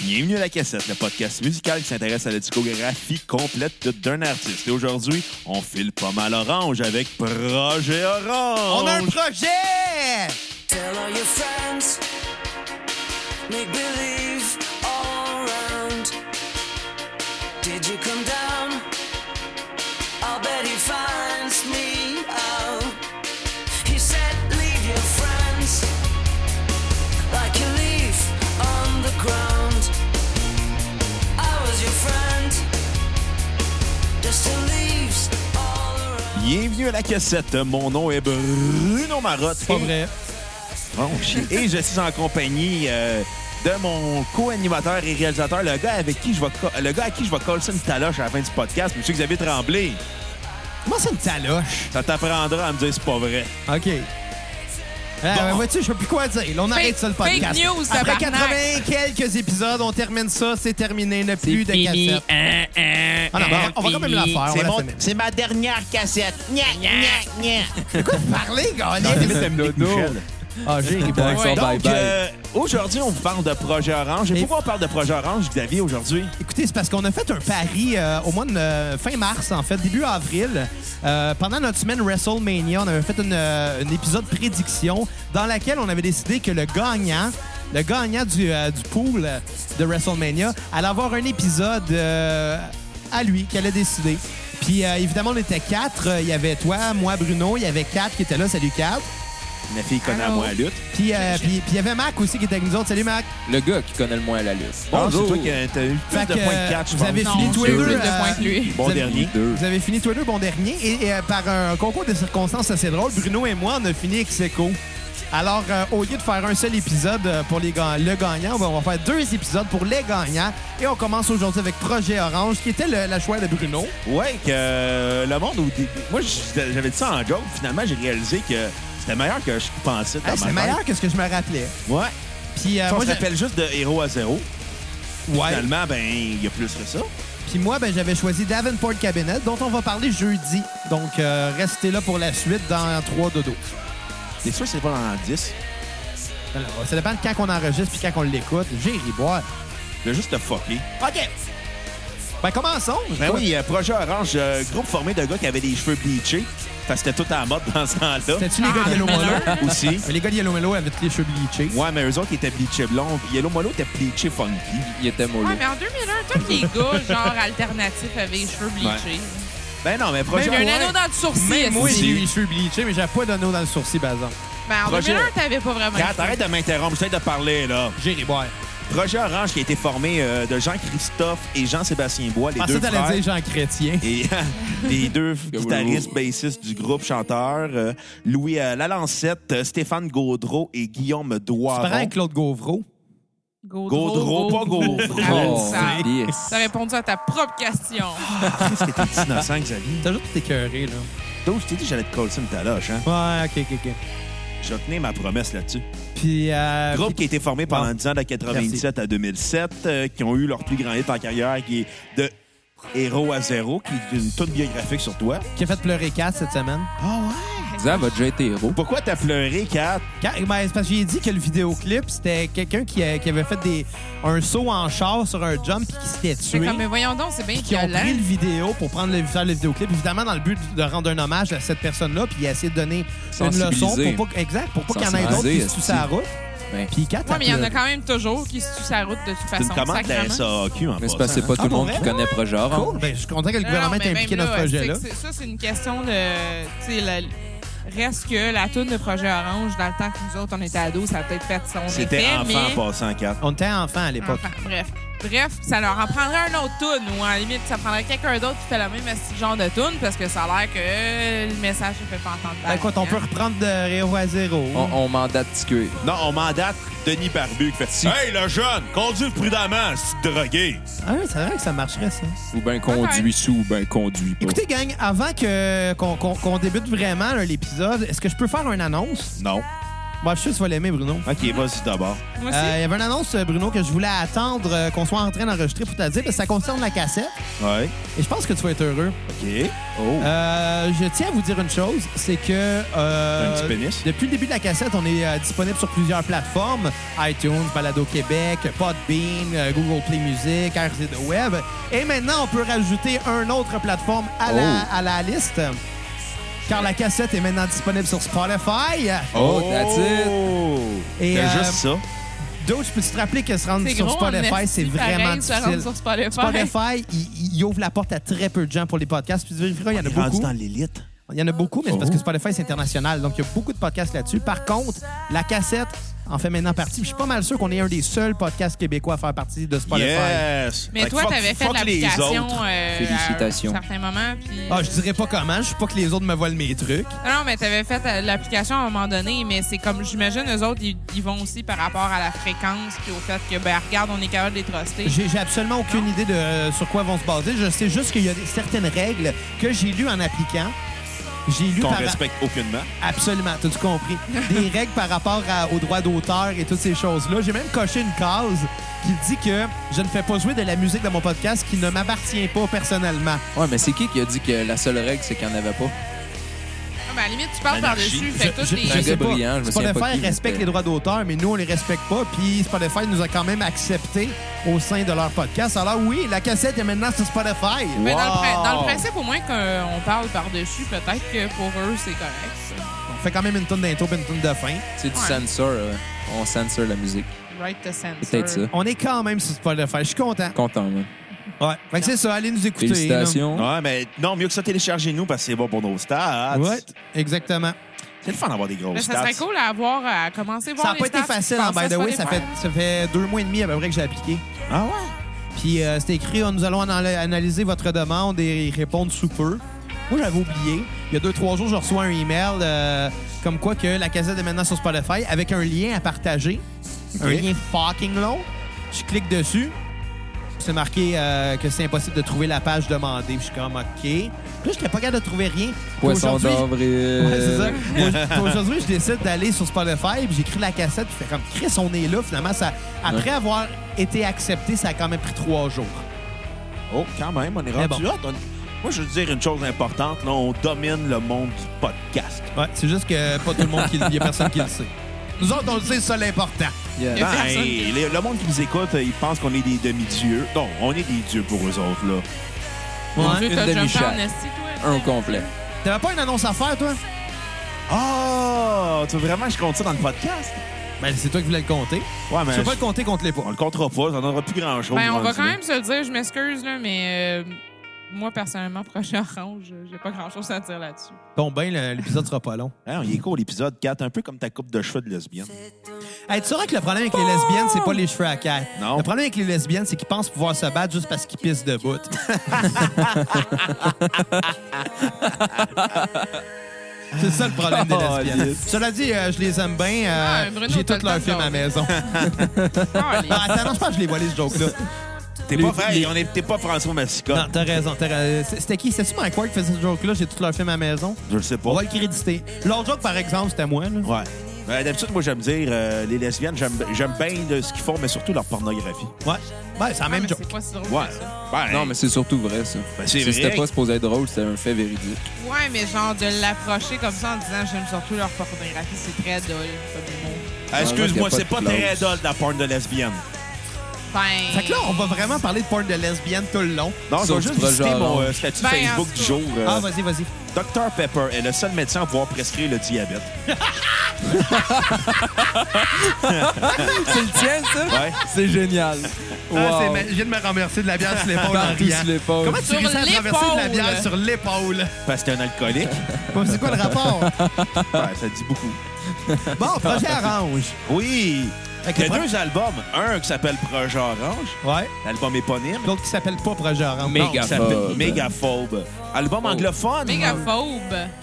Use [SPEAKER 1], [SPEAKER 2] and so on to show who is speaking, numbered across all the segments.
[SPEAKER 1] Bienvenue à la cassette, le podcast musical qui s'intéresse à la discographie complète d'un artiste. Et aujourd'hui, on file pas mal orange avec Projet Orange.
[SPEAKER 2] On a un projet!
[SPEAKER 3] Tell all your friends, make believe all around. Did you come down? I'll bet he finds me out. He said, Leave your friends like you leave on the ground. I was your friend, dust and leaves all around.
[SPEAKER 1] Bienvenue à la cassette. Mon nom est Bruno Marotte.
[SPEAKER 2] Pas vrai.
[SPEAKER 1] Bon, je- Et je suis en compagnie euh, de mon co-animateur et réalisateur, le gars avec qui je vais co- le gars à qui je vais coller une taloche à la fin du podcast, Monsieur Xavier Tremblay.
[SPEAKER 2] Moi, c'est une taloche.
[SPEAKER 1] Ça t'apprendra à me dire c'est pas vrai.
[SPEAKER 2] OK. Ah,
[SPEAKER 1] Bon.
[SPEAKER 2] ouais, vois-tu, je sais plus quoi dire. Là, on arrête ça le
[SPEAKER 4] fake
[SPEAKER 2] podcast.
[SPEAKER 4] news,
[SPEAKER 2] Après
[SPEAKER 4] tabarnak.
[SPEAKER 2] 80 quelques épisodes, on termine ça. C'est terminé. Ne plus de cassette. Ah non, ben, on va quand même la faire.
[SPEAKER 1] C'est
[SPEAKER 2] on
[SPEAKER 1] mon-
[SPEAKER 2] la finit.
[SPEAKER 1] c'est ma dernière cassette. Nya, nya, nya.
[SPEAKER 2] Parlez, gars.
[SPEAKER 1] Michel.
[SPEAKER 2] Ah, j'ai ri.
[SPEAKER 4] avec son
[SPEAKER 2] Ouais.
[SPEAKER 1] Donc, euh, aujourd'hui, on vous parle de Projet Orange. Et,
[SPEAKER 2] Et-
[SPEAKER 1] pourquoi on parle de Projet Orange, Xavier, aujourd'hui?
[SPEAKER 2] Écoutez, c'est parce qu'on a fait un pari euh, au mois de euh, fin mars, en fait, début avril. Euh, pendant notre semaine WrestleMania, on avait fait une, euh, un épisode prédiction dans laquelle on avait décidé que le gagnant, le gagnant du, euh, du pool euh, de WrestleMania, allait avoir un épisode euh, à lui qu'elle a décidé. Puis euh, évidemment, on était quatre. Euh, Il y avait toi, moi, Bruno. Il y avait quatre qui était là. Salut, quatre.
[SPEAKER 1] Ma fille connaît à
[SPEAKER 4] Allô?
[SPEAKER 1] moi la lutte.
[SPEAKER 2] Puis euh, puis- puis il y avait Mac aussi qui était avec nous autres. Salut, Mac.
[SPEAKER 5] Le gars qui connaît le moins la lutte.
[SPEAKER 1] Bon, c'est toi qui as t'as eu plus
[SPEAKER 2] Fait
[SPEAKER 1] de
[SPEAKER 2] que, euh,
[SPEAKER 1] points de catch, je
[SPEAKER 2] vous
[SPEAKER 1] pense.
[SPEAKER 2] avez
[SPEAKER 4] Non,
[SPEAKER 2] fini tous les
[SPEAKER 4] j'ai
[SPEAKER 2] deux.
[SPEAKER 4] plus de
[SPEAKER 2] euh,
[SPEAKER 4] points que lui.
[SPEAKER 1] Bon
[SPEAKER 2] vous avez-
[SPEAKER 1] dernier.
[SPEAKER 2] Vous avez fini tous les deux bon dernier et, et, euh, par un concours de circonstances assez drôle, Bruno et moi, on a fini ex aequo. Alors, euh, au lieu de faire un seul épisode euh, pour les ga- le gagnant, ben, on va, on va faire deux épisodes pour les gagnants. Et on commence aujourd'hui avec Projet Orange, qui était le- la choix de Bruno.
[SPEAKER 1] Ouais, que euh, le monde, au début- moi, je- j'avais dit ça en joke. Finalement, j'ai réalisé que c'était meilleur que je pensais. dans
[SPEAKER 2] Hey,
[SPEAKER 1] ma
[SPEAKER 2] c'est
[SPEAKER 1] tête.
[SPEAKER 2] meilleur que ce que je me rappelais.
[SPEAKER 1] Ouais.
[SPEAKER 2] Puis, euh,
[SPEAKER 1] on
[SPEAKER 2] moi,
[SPEAKER 1] se
[SPEAKER 2] j'a-
[SPEAKER 1] rappelle juste de Héros à zéro.
[SPEAKER 2] Ouais.
[SPEAKER 1] Finalement, ben, il y a plus que ça.
[SPEAKER 2] Puis moi, ben, j'avais choisi Davenport Cabinet, dont on va parler jeudi. Donc, euh, restez là pour la suite dans 3 dodo.
[SPEAKER 1] C'est sûr que c'est pas dans 10.
[SPEAKER 2] Alors, ça dépend de quand on enregistre puis quand on l'écoute. J'ai ri boire.
[SPEAKER 1] Je vais juste te fucker.
[SPEAKER 2] OK. Ben, commençons.
[SPEAKER 1] Ben oui, euh, Projet Orange, euh, groupe formé de gars qui avaient des cheveux bleachés, parce que c'était tout à la mode dans ce temps-là, Ah.
[SPEAKER 2] C'était-tu les gars de Yellow Mellow?
[SPEAKER 1] aussi.
[SPEAKER 2] Mais les gars de Yellow Mellow avaient tous les cheveux bleachés.
[SPEAKER 1] Ouais, mais eux autres, ils étaient bleachés blonds. puis Yellow Molo était bleaché funky.
[SPEAKER 5] Il était mollo.
[SPEAKER 4] Ouais, mais en 2001, tous les gars, genre alternatifs, avaient les cheveux bleachés.
[SPEAKER 1] Ben non, mais
[SPEAKER 4] Il
[SPEAKER 1] Projet
[SPEAKER 4] y a un
[SPEAKER 1] Orange...
[SPEAKER 4] anneau dans le sourcil.
[SPEAKER 2] Même moi,
[SPEAKER 4] esti.
[SPEAKER 2] j'ai eu les cheveux bleachés, mais j'avais pas d'anneau dans le sourcil, Bazan.
[SPEAKER 4] Mais Ben, en
[SPEAKER 1] Projet.
[SPEAKER 4] 2001, t'avais pas vraiment.
[SPEAKER 1] Kat, arrête de m'interrompre, j'essaie de parler, là.
[SPEAKER 2] J'ai ri boire.
[SPEAKER 1] Projet Orange qui a été formé euh, de Jean-Christophe et Jean-Sébastien Bois, les
[SPEAKER 2] Ah,
[SPEAKER 1] deux
[SPEAKER 2] ça,
[SPEAKER 1] frères.
[SPEAKER 2] t'allais dire Jean Chrétien.
[SPEAKER 1] et les deux guitaristes, bassistes du groupe, chanteurs, euh, Louis euh, Lalancette, euh, Stéphane Gaudreau et Guillaume
[SPEAKER 2] Tu parles
[SPEAKER 1] Doiron.
[SPEAKER 2] avec Claude Gauvreau.
[SPEAKER 1] Gaudreau, pas Gauvreau.
[SPEAKER 4] Arrête ça.
[SPEAKER 5] yes.
[SPEAKER 4] T'as répondu à ta propre question.
[SPEAKER 1] Qu'est-ce que t'es innocent, Xavier?
[SPEAKER 2] T'as juste écœuré, là.
[SPEAKER 1] Donc, je t'ai dit que j'allais te coller ça une taloche, hein?
[SPEAKER 2] Ouais, OK, OK, OK.
[SPEAKER 1] Je tenais ma promesse là-dessus.
[SPEAKER 2] Puis, euh,
[SPEAKER 1] groupe qui a été formé pendant
[SPEAKER 2] Bon.
[SPEAKER 1] 10 ans de 97 à 2007, euh, qui ont eu leur plus grand hit en carrière, qui est de Héros à zéro, qui est une toute biographique sur toi.
[SPEAKER 2] qui a fait pleurer Kat cette semaine.
[SPEAKER 1] Ah ouais?
[SPEAKER 5] Zav a déjà été héros.
[SPEAKER 1] Pourquoi t'as pleuré, Kat?
[SPEAKER 2] Quand- ben, c'est parce que j'ai dit que le vidéoclip, c'était quelqu'un qui, euh, qui avait fait des, un saut en char sur un jump puis qui s'était
[SPEAKER 4] C'est
[SPEAKER 2] tué.
[SPEAKER 4] comme, mais voyons donc, c'est bien
[SPEAKER 2] qui ont
[SPEAKER 4] violent.
[SPEAKER 2] pris le vidéo pour prendre le, faire le vidéoclip, évidemment dans le but de rendre un hommage à cette personne-là, puis essayer de donner une
[SPEAKER 5] Sensibiliser.
[SPEAKER 2] leçon pour pas, que- exact, pour pas qu'il y en ait d'autres qui
[SPEAKER 5] Sensibiliser,
[SPEAKER 2] se tuent sur la route.
[SPEAKER 5] Ben.
[SPEAKER 2] Puis Kat,
[SPEAKER 4] Ouais, mais il y en a
[SPEAKER 2] pleuré.
[SPEAKER 4] quand même toujours qui se tuent sa route de toute
[SPEAKER 1] Tu
[SPEAKER 4] façon.
[SPEAKER 1] me commandes la
[SPEAKER 4] sacrément.
[SPEAKER 1] SAQ en
[SPEAKER 5] Mais c'est
[SPEAKER 1] passant,
[SPEAKER 5] parce que c'est pas
[SPEAKER 2] Ah,
[SPEAKER 5] tout le
[SPEAKER 2] pour
[SPEAKER 5] monde
[SPEAKER 2] vrai?
[SPEAKER 5] qui connaît hein. Projet Orange.
[SPEAKER 2] Cool. Ben, je suis content que le
[SPEAKER 4] Non,
[SPEAKER 2] gouvernement
[SPEAKER 4] non,
[SPEAKER 2] est
[SPEAKER 4] mais
[SPEAKER 2] impliqué
[SPEAKER 4] même
[SPEAKER 2] dans ce
[SPEAKER 4] là,
[SPEAKER 2] projet-là.
[SPEAKER 4] c'est que c'est- Ça, c'est une question de. Tu sais, la- Reste que la toune de Projet Orange, dans le temps que nous autres, on était ados, ça a peut-être fait son
[SPEAKER 1] C'était
[SPEAKER 4] effet,
[SPEAKER 1] enfant
[SPEAKER 4] mais...
[SPEAKER 1] en passant, Kat.
[SPEAKER 2] On était enfants à l'époque.
[SPEAKER 4] Enfin, bref. Bref, ça leur en prendrait un autre tune ou à la limite, ça prendrait quelqu'un d'autre qui fait le même esti- genre de tune parce que ça a l'air que euh, le message ne fait pas entendre.
[SPEAKER 2] Ben, écoute, on peut
[SPEAKER 4] Hein?
[SPEAKER 2] reprendre de Réo à zéro.
[SPEAKER 5] On, on mandate Ticué.
[SPEAKER 1] Non, on mandate Denis Barbu qui fait Hey, le jeune, conduis prudemment, c'est drogué.
[SPEAKER 2] Ah oui, c'est vrai que ça marcherait, ça.
[SPEAKER 5] Ou ben conduit sous, ou ben conduit pas.
[SPEAKER 2] Ah, Écoutez, gang, avant que qu'on qu'on- qu'on débute vraiment là, l'épisode, est-ce que je peux faire une annonce?
[SPEAKER 1] Non.
[SPEAKER 2] Bon, je suis sûr que tu vas l'aimer, Bruno.
[SPEAKER 1] OK, vas-y d'abord.
[SPEAKER 4] hein. Moi
[SPEAKER 2] Euh, Il
[SPEAKER 4] aussi.
[SPEAKER 2] y avait une annonce, euh, Bruno, que je voulais attendre euh, qu'on soit en train d'enregistrer pour te la dire, parce que ça concerne la cassette.
[SPEAKER 1] Ouais.
[SPEAKER 2] Et je pense que tu vas être heureux.
[SPEAKER 1] OK. Oh.
[SPEAKER 2] Euh, je tiens à vous dire une chose, c'est que... euh,
[SPEAKER 1] Un petit pénis.
[SPEAKER 2] Depuis le début de la cassette, on est euh, disponible sur plusieurs plateformes. iTunes, Balado Québec, Podbean, euh, Google Play Music, RZWeb. Web. Et maintenant, on peut rajouter une autre plateforme à, la,
[SPEAKER 1] Oh.
[SPEAKER 2] à la liste, car la cassette est maintenant disponible sur Spotify.
[SPEAKER 5] Oh, that's it.
[SPEAKER 2] Et,
[SPEAKER 1] T'as
[SPEAKER 2] euh,
[SPEAKER 1] juste ça.
[SPEAKER 2] D'autres, je peux te rappeler que se rendre
[SPEAKER 4] C'est
[SPEAKER 2] sur
[SPEAKER 4] gros, hein? en
[SPEAKER 2] Spotify,
[SPEAKER 4] esti,
[SPEAKER 2] c'est vraiment
[SPEAKER 4] pareil, se rendre
[SPEAKER 2] difficile.
[SPEAKER 4] sur Spotify.
[SPEAKER 2] Spotify, il, il ouvre la porte à très peu de gens pour les podcasts. Puis tu vérifieras, il y en a
[SPEAKER 1] Rendu
[SPEAKER 2] beaucoup.
[SPEAKER 1] dans l'élite. Oh.
[SPEAKER 2] Il y en a beaucoup, mais c'est parce que Spotify, c'est international. Donc, il y a beaucoup de podcasts là-dessus. Par contre, la cassette en fait maintenant partie. Puis Je suis pas mal sûr qu'on est un des seuls podcasts québécois à faire partie de Spotify.
[SPEAKER 1] Yes.
[SPEAKER 4] Mais
[SPEAKER 1] Fait que
[SPEAKER 4] toi,
[SPEAKER 1] fuck-
[SPEAKER 4] t'avais fait
[SPEAKER 1] fuck les
[SPEAKER 4] l'application
[SPEAKER 1] autres.
[SPEAKER 4] euh,
[SPEAKER 5] Félicitations.
[SPEAKER 4] à un certain moment. Puis...
[SPEAKER 2] Ah, je dirais pas comment. Je sais pas que les autres me volent mes trucs.
[SPEAKER 4] Non, mais t'avais fait euh, l'application à un moment donné, mais c'est comme, j'imagine, eux autres, ils, ils vont aussi par rapport à la fréquence puis au fait que, ben, regarde, on est capable de les truster.
[SPEAKER 2] J'ai j'ai absolument aucune idée de euh, sur quoi vont se baser. Je sais juste qu'il y a des- certaines règles que j'ai lues en appliquant. J'ai lu
[SPEAKER 1] Qu'on
[SPEAKER 2] par...
[SPEAKER 1] respecte aucunement.
[SPEAKER 2] Absolument, t'as tout compris. Des règles par rapport à- aux droits d'auteur et toutes ces choses-là. J'ai même coché une case qui dit que je ne fais pas jouer de la musique dans mon podcast qui ne m'appartient pas personnellement.
[SPEAKER 5] Ouais, mais c'est qui qui a dit que la seule règle, c'est qu'il n'y en avait pas?
[SPEAKER 4] Ah, ben, à la limite, tu parles
[SPEAKER 1] Anarchie.
[SPEAKER 4] par-dessus. Fait que toutes les-
[SPEAKER 5] je- gars brillant, je me souviens pas
[SPEAKER 2] Spotify
[SPEAKER 5] qui, mais
[SPEAKER 2] respecte
[SPEAKER 5] c'est-
[SPEAKER 2] les droits d'auteur, mais nous, on les respecte pas. Puis Spotify nous a quand même acceptés au sein de leur podcast. Alors oui, la cassette est maintenant sur Spotify.
[SPEAKER 4] Mais dans, le,
[SPEAKER 1] Wow!
[SPEAKER 4] prin- dans le principe, au moins qu'on parle par-dessus, peut-être que pour eux, c'est correct.
[SPEAKER 2] On fait quand même une tonne d'intro puis une tonne de fin.
[SPEAKER 5] C'est du
[SPEAKER 4] Ouais.
[SPEAKER 5] censor. euh, on censure la musique.
[SPEAKER 4] Right to censor.
[SPEAKER 5] C'est peut-être ça.
[SPEAKER 2] On est quand même sur Spotify. Je suis content.
[SPEAKER 5] Content, man.
[SPEAKER 2] Ouais. Fait que c'est ça, allez nous écouter. là. Ah.
[SPEAKER 5] Félicitations.
[SPEAKER 2] Hein?
[SPEAKER 1] Ouais, mais non, mieux que ça, téléchargez-nous parce que c'est bon pour nos stats. Ah,
[SPEAKER 2] Ouais, exactement.
[SPEAKER 1] C'est le fun d'avoir des grosses
[SPEAKER 4] Mais ça
[SPEAKER 1] stats.
[SPEAKER 4] serait cool à avoir, à commencer à voir
[SPEAKER 2] Ça n'a
[SPEAKER 4] les
[SPEAKER 2] pas été
[SPEAKER 4] stats,
[SPEAKER 2] facile,
[SPEAKER 4] puis
[SPEAKER 2] en by
[SPEAKER 4] penser
[SPEAKER 2] the
[SPEAKER 4] à
[SPEAKER 2] way.
[SPEAKER 4] se
[SPEAKER 2] Ça
[SPEAKER 4] faire
[SPEAKER 2] fait,
[SPEAKER 4] des plans.
[SPEAKER 2] ça fait deux mois et demi à peu près que j'ai appliqué.
[SPEAKER 1] Ah ouais?
[SPEAKER 2] Puis euh, c'était écrit, euh, nous allons anal- analyser votre demande et répondre sous peu. Moi, j'avais oublié. Il y a deux, trois jours, je reçois un email euh, comme quoi que la casette est maintenant sur Spotify avec un lien à partager. Un lien fucking long. Je clique dessus. C'est marqué euh, que c'est impossible de trouver la page demandée. Puis je suis comme, OK. Puis là, je pas capable de trouver rien. Puis
[SPEAKER 5] Poisson
[SPEAKER 2] aujourd'hui,
[SPEAKER 5] d'avril.
[SPEAKER 2] Ouais, c'est ça. Puis Aujourd'hui, je décide d'aller sur Spotify, puis j'écris la cassette, puis je fais comme Chris, on est là. Finalement, ça, après avoir été accepté, ça a quand même pris trois jours.
[SPEAKER 1] Oh, quand même, on est
[SPEAKER 2] Mais
[SPEAKER 1] rendu
[SPEAKER 2] bon.
[SPEAKER 1] hot. On- Moi, je veux dire une chose importante. Là, on domine le monde du podcast.
[SPEAKER 2] Ouais, c'est juste que pas tout le monde qui le- il y a personne qui le sait. Nous autres, on le sait, c'est ça l'important.
[SPEAKER 5] Yeah.
[SPEAKER 4] Il y a
[SPEAKER 1] Ben,
[SPEAKER 4] personne qui-
[SPEAKER 1] hey, le, le monde qui nous écoute, euh, ils pensent qu'on est des demi-dieux. Non, on est des dieux pour eux autres, là.
[SPEAKER 4] Mon
[SPEAKER 5] Ouais,
[SPEAKER 4] Dieu,
[SPEAKER 5] une
[SPEAKER 4] t'as déjà fait
[SPEAKER 5] demi-chatte.
[SPEAKER 4] en esti, toi.
[SPEAKER 5] Un complet.
[SPEAKER 2] T'avais pas une annonce à faire, toi?
[SPEAKER 1] Ah! tu veux vraiment que je compte ça dans le podcast?
[SPEAKER 2] Ben, c'est toi qui voulais le compter. Ben,
[SPEAKER 1] Ouais,
[SPEAKER 2] Tu
[SPEAKER 1] mais
[SPEAKER 2] veux pas le compter, compte-les pas.
[SPEAKER 1] on le comptera pas. Ça donnera plus grand-chose.
[SPEAKER 4] Ben, on
[SPEAKER 1] rendu
[SPEAKER 4] va quand
[SPEAKER 1] là.
[SPEAKER 4] même se le dire, je m'excuse, là, mais euh, moi, personnellement, prochain orange, j'ai pas grand-chose à dire là-dessus.
[SPEAKER 2] Bon, ben, le- l'épisode sera pas long.
[SPEAKER 1] Hein, il est court, l'épisode 4, un peu comme ta coupe de cheveux de lesbienne.
[SPEAKER 2] Hey, tu sauras que le problème avec les lesbiennes, c'est pas les cheveux à quatre.
[SPEAKER 1] Non.
[SPEAKER 2] Le problème avec les lesbiennes, c'est qu'ils pensent pouvoir se battre juste parce qu'ils pissent debout. c'est ça le problème des
[SPEAKER 1] Oh,
[SPEAKER 2] lesbiennes.
[SPEAKER 5] Caliste.
[SPEAKER 2] Cela dit, euh, je les aime bien. euh,
[SPEAKER 4] Ouais, Ah, Bruno,
[SPEAKER 2] J'ai
[SPEAKER 4] t'as
[SPEAKER 2] tous
[SPEAKER 4] le
[SPEAKER 2] leurs
[SPEAKER 4] temps
[SPEAKER 2] films
[SPEAKER 4] de
[SPEAKER 2] à la
[SPEAKER 4] jaser.
[SPEAKER 2] maison.
[SPEAKER 4] Ah, les-
[SPEAKER 2] Ah, attends, non, je pense que je les vois, les jokes-là.
[SPEAKER 1] T'es pas vrai, on est- t'es pas François
[SPEAKER 2] Non,
[SPEAKER 1] Massicotte.
[SPEAKER 2] t'as raison. t'as raison. C'est- C'était qui? C'était-tu Mike Ward qui faisait ce joke-là? J'ai tous leurs films à la maison.
[SPEAKER 1] Je le sais pas.
[SPEAKER 2] On va le créditer. L'autre joke, par exemple, c'était moi. là.
[SPEAKER 1] Ouais. Euh, D'habitude, moi, j'aime dire, euh, les lesbiennes, j'aime j'aime bien de ce qu'ils font, mais surtout leur pornographie.
[SPEAKER 2] Ouais. Ouais, c'est la même
[SPEAKER 4] Ah, mais
[SPEAKER 2] joke.
[SPEAKER 4] c'est pas si drôle
[SPEAKER 1] Ouais.
[SPEAKER 4] que ça.
[SPEAKER 1] Ben,
[SPEAKER 5] Non, mais c'est surtout vrai, ça.
[SPEAKER 1] Ben, c'est
[SPEAKER 5] Si
[SPEAKER 1] vrai.
[SPEAKER 5] C'était pas supposé être drôle, c'était un fait véridique.
[SPEAKER 4] Ouais, mais genre de l'approcher comme ça en disant j'aime surtout leur pornographie, c'est très dole comme humour.
[SPEAKER 1] Ah, Excuse-moi,
[SPEAKER 5] Ouais,
[SPEAKER 1] c'est pas
[SPEAKER 5] parce qu'il y a pas
[SPEAKER 1] très
[SPEAKER 5] de classe.
[SPEAKER 1] dole de la porn de lesbienne.
[SPEAKER 4] Ben.
[SPEAKER 2] Fait que là, on va vraiment parler de porn de lesbiennes tout le long.
[SPEAKER 1] Non, je
[SPEAKER 5] Sauf
[SPEAKER 1] vais
[SPEAKER 5] du
[SPEAKER 1] juste
[SPEAKER 5] projet
[SPEAKER 1] visiter mon
[SPEAKER 5] orange.
[SPEAKER 1] euh, statut
[SPEAKER 4] Ben,
[SPEAKER 1] Facebook
[SPEAKER 4] en
[SPEAKER 1] du
[SPEAKER 4] tout
[SPEAKER 1] jour. euh,
[SPEAKER 2] Ah, vas-y, vas-y.
[SPEAKER 1] Dr Pepper est le seul médecin à pouvoir prescrire le diabète.
[SPEAKER 5] C'est le tien, ça?
[SPEAKER 1] Ouais.
[SPEAKER 5] C'est génial.
[SPEAKER 2] Ah, c'est
[SPEAKER 5] Wow.
[SPEAKER 2] ma- Je viens de me remercier de la bière sur l'épaule en
[SPEAKER 5] Partout
[SPEAKER 2] riant.
[SPEAKER 5] sur l'épaule.
[SPEAKER 2] Comment tu
[SPEAKER 4] Sur
[SPEAKER 2] réussis à traverser de la bière
[SPEAKER 4] l'épaule.
[SPEAKER 2] sur l'épaule?
[SPEAKER 1] Parce que t'es un alcoolique.
[SPEAKER 2] Bon, C'est quoi le rapport?
[SPEAKER 1] Ouais, ça dit beaucoup.
[SPEAKER 2] Bon, projet orange.
[SPEAKER 1] Oui.
[SPEAKER 2] Fait que
[SPEAKER 1] Il y a
[SPEAKER 2] le pre-
[SPEAKER 1] deux albums. Un qui s'appelle Projet Orange,
[SPEAKER 2] Ouais.
[SPEAKER 1] l'album éponyme.
[SPEAKER 2] L'autre qui s'appelle pas Projet Orange.
[SPEAKER 5] Mais-
[SPEAKER 1] Non, qui s'appelle
[SPEAKER 5] Mégaphobe.
[SPEAKER 1] Mégaphobe. Album
[SPEAKER 5] Oh.
[SPEAKER 1] anglophone.
[SPEAKER 4] Mégaphobe.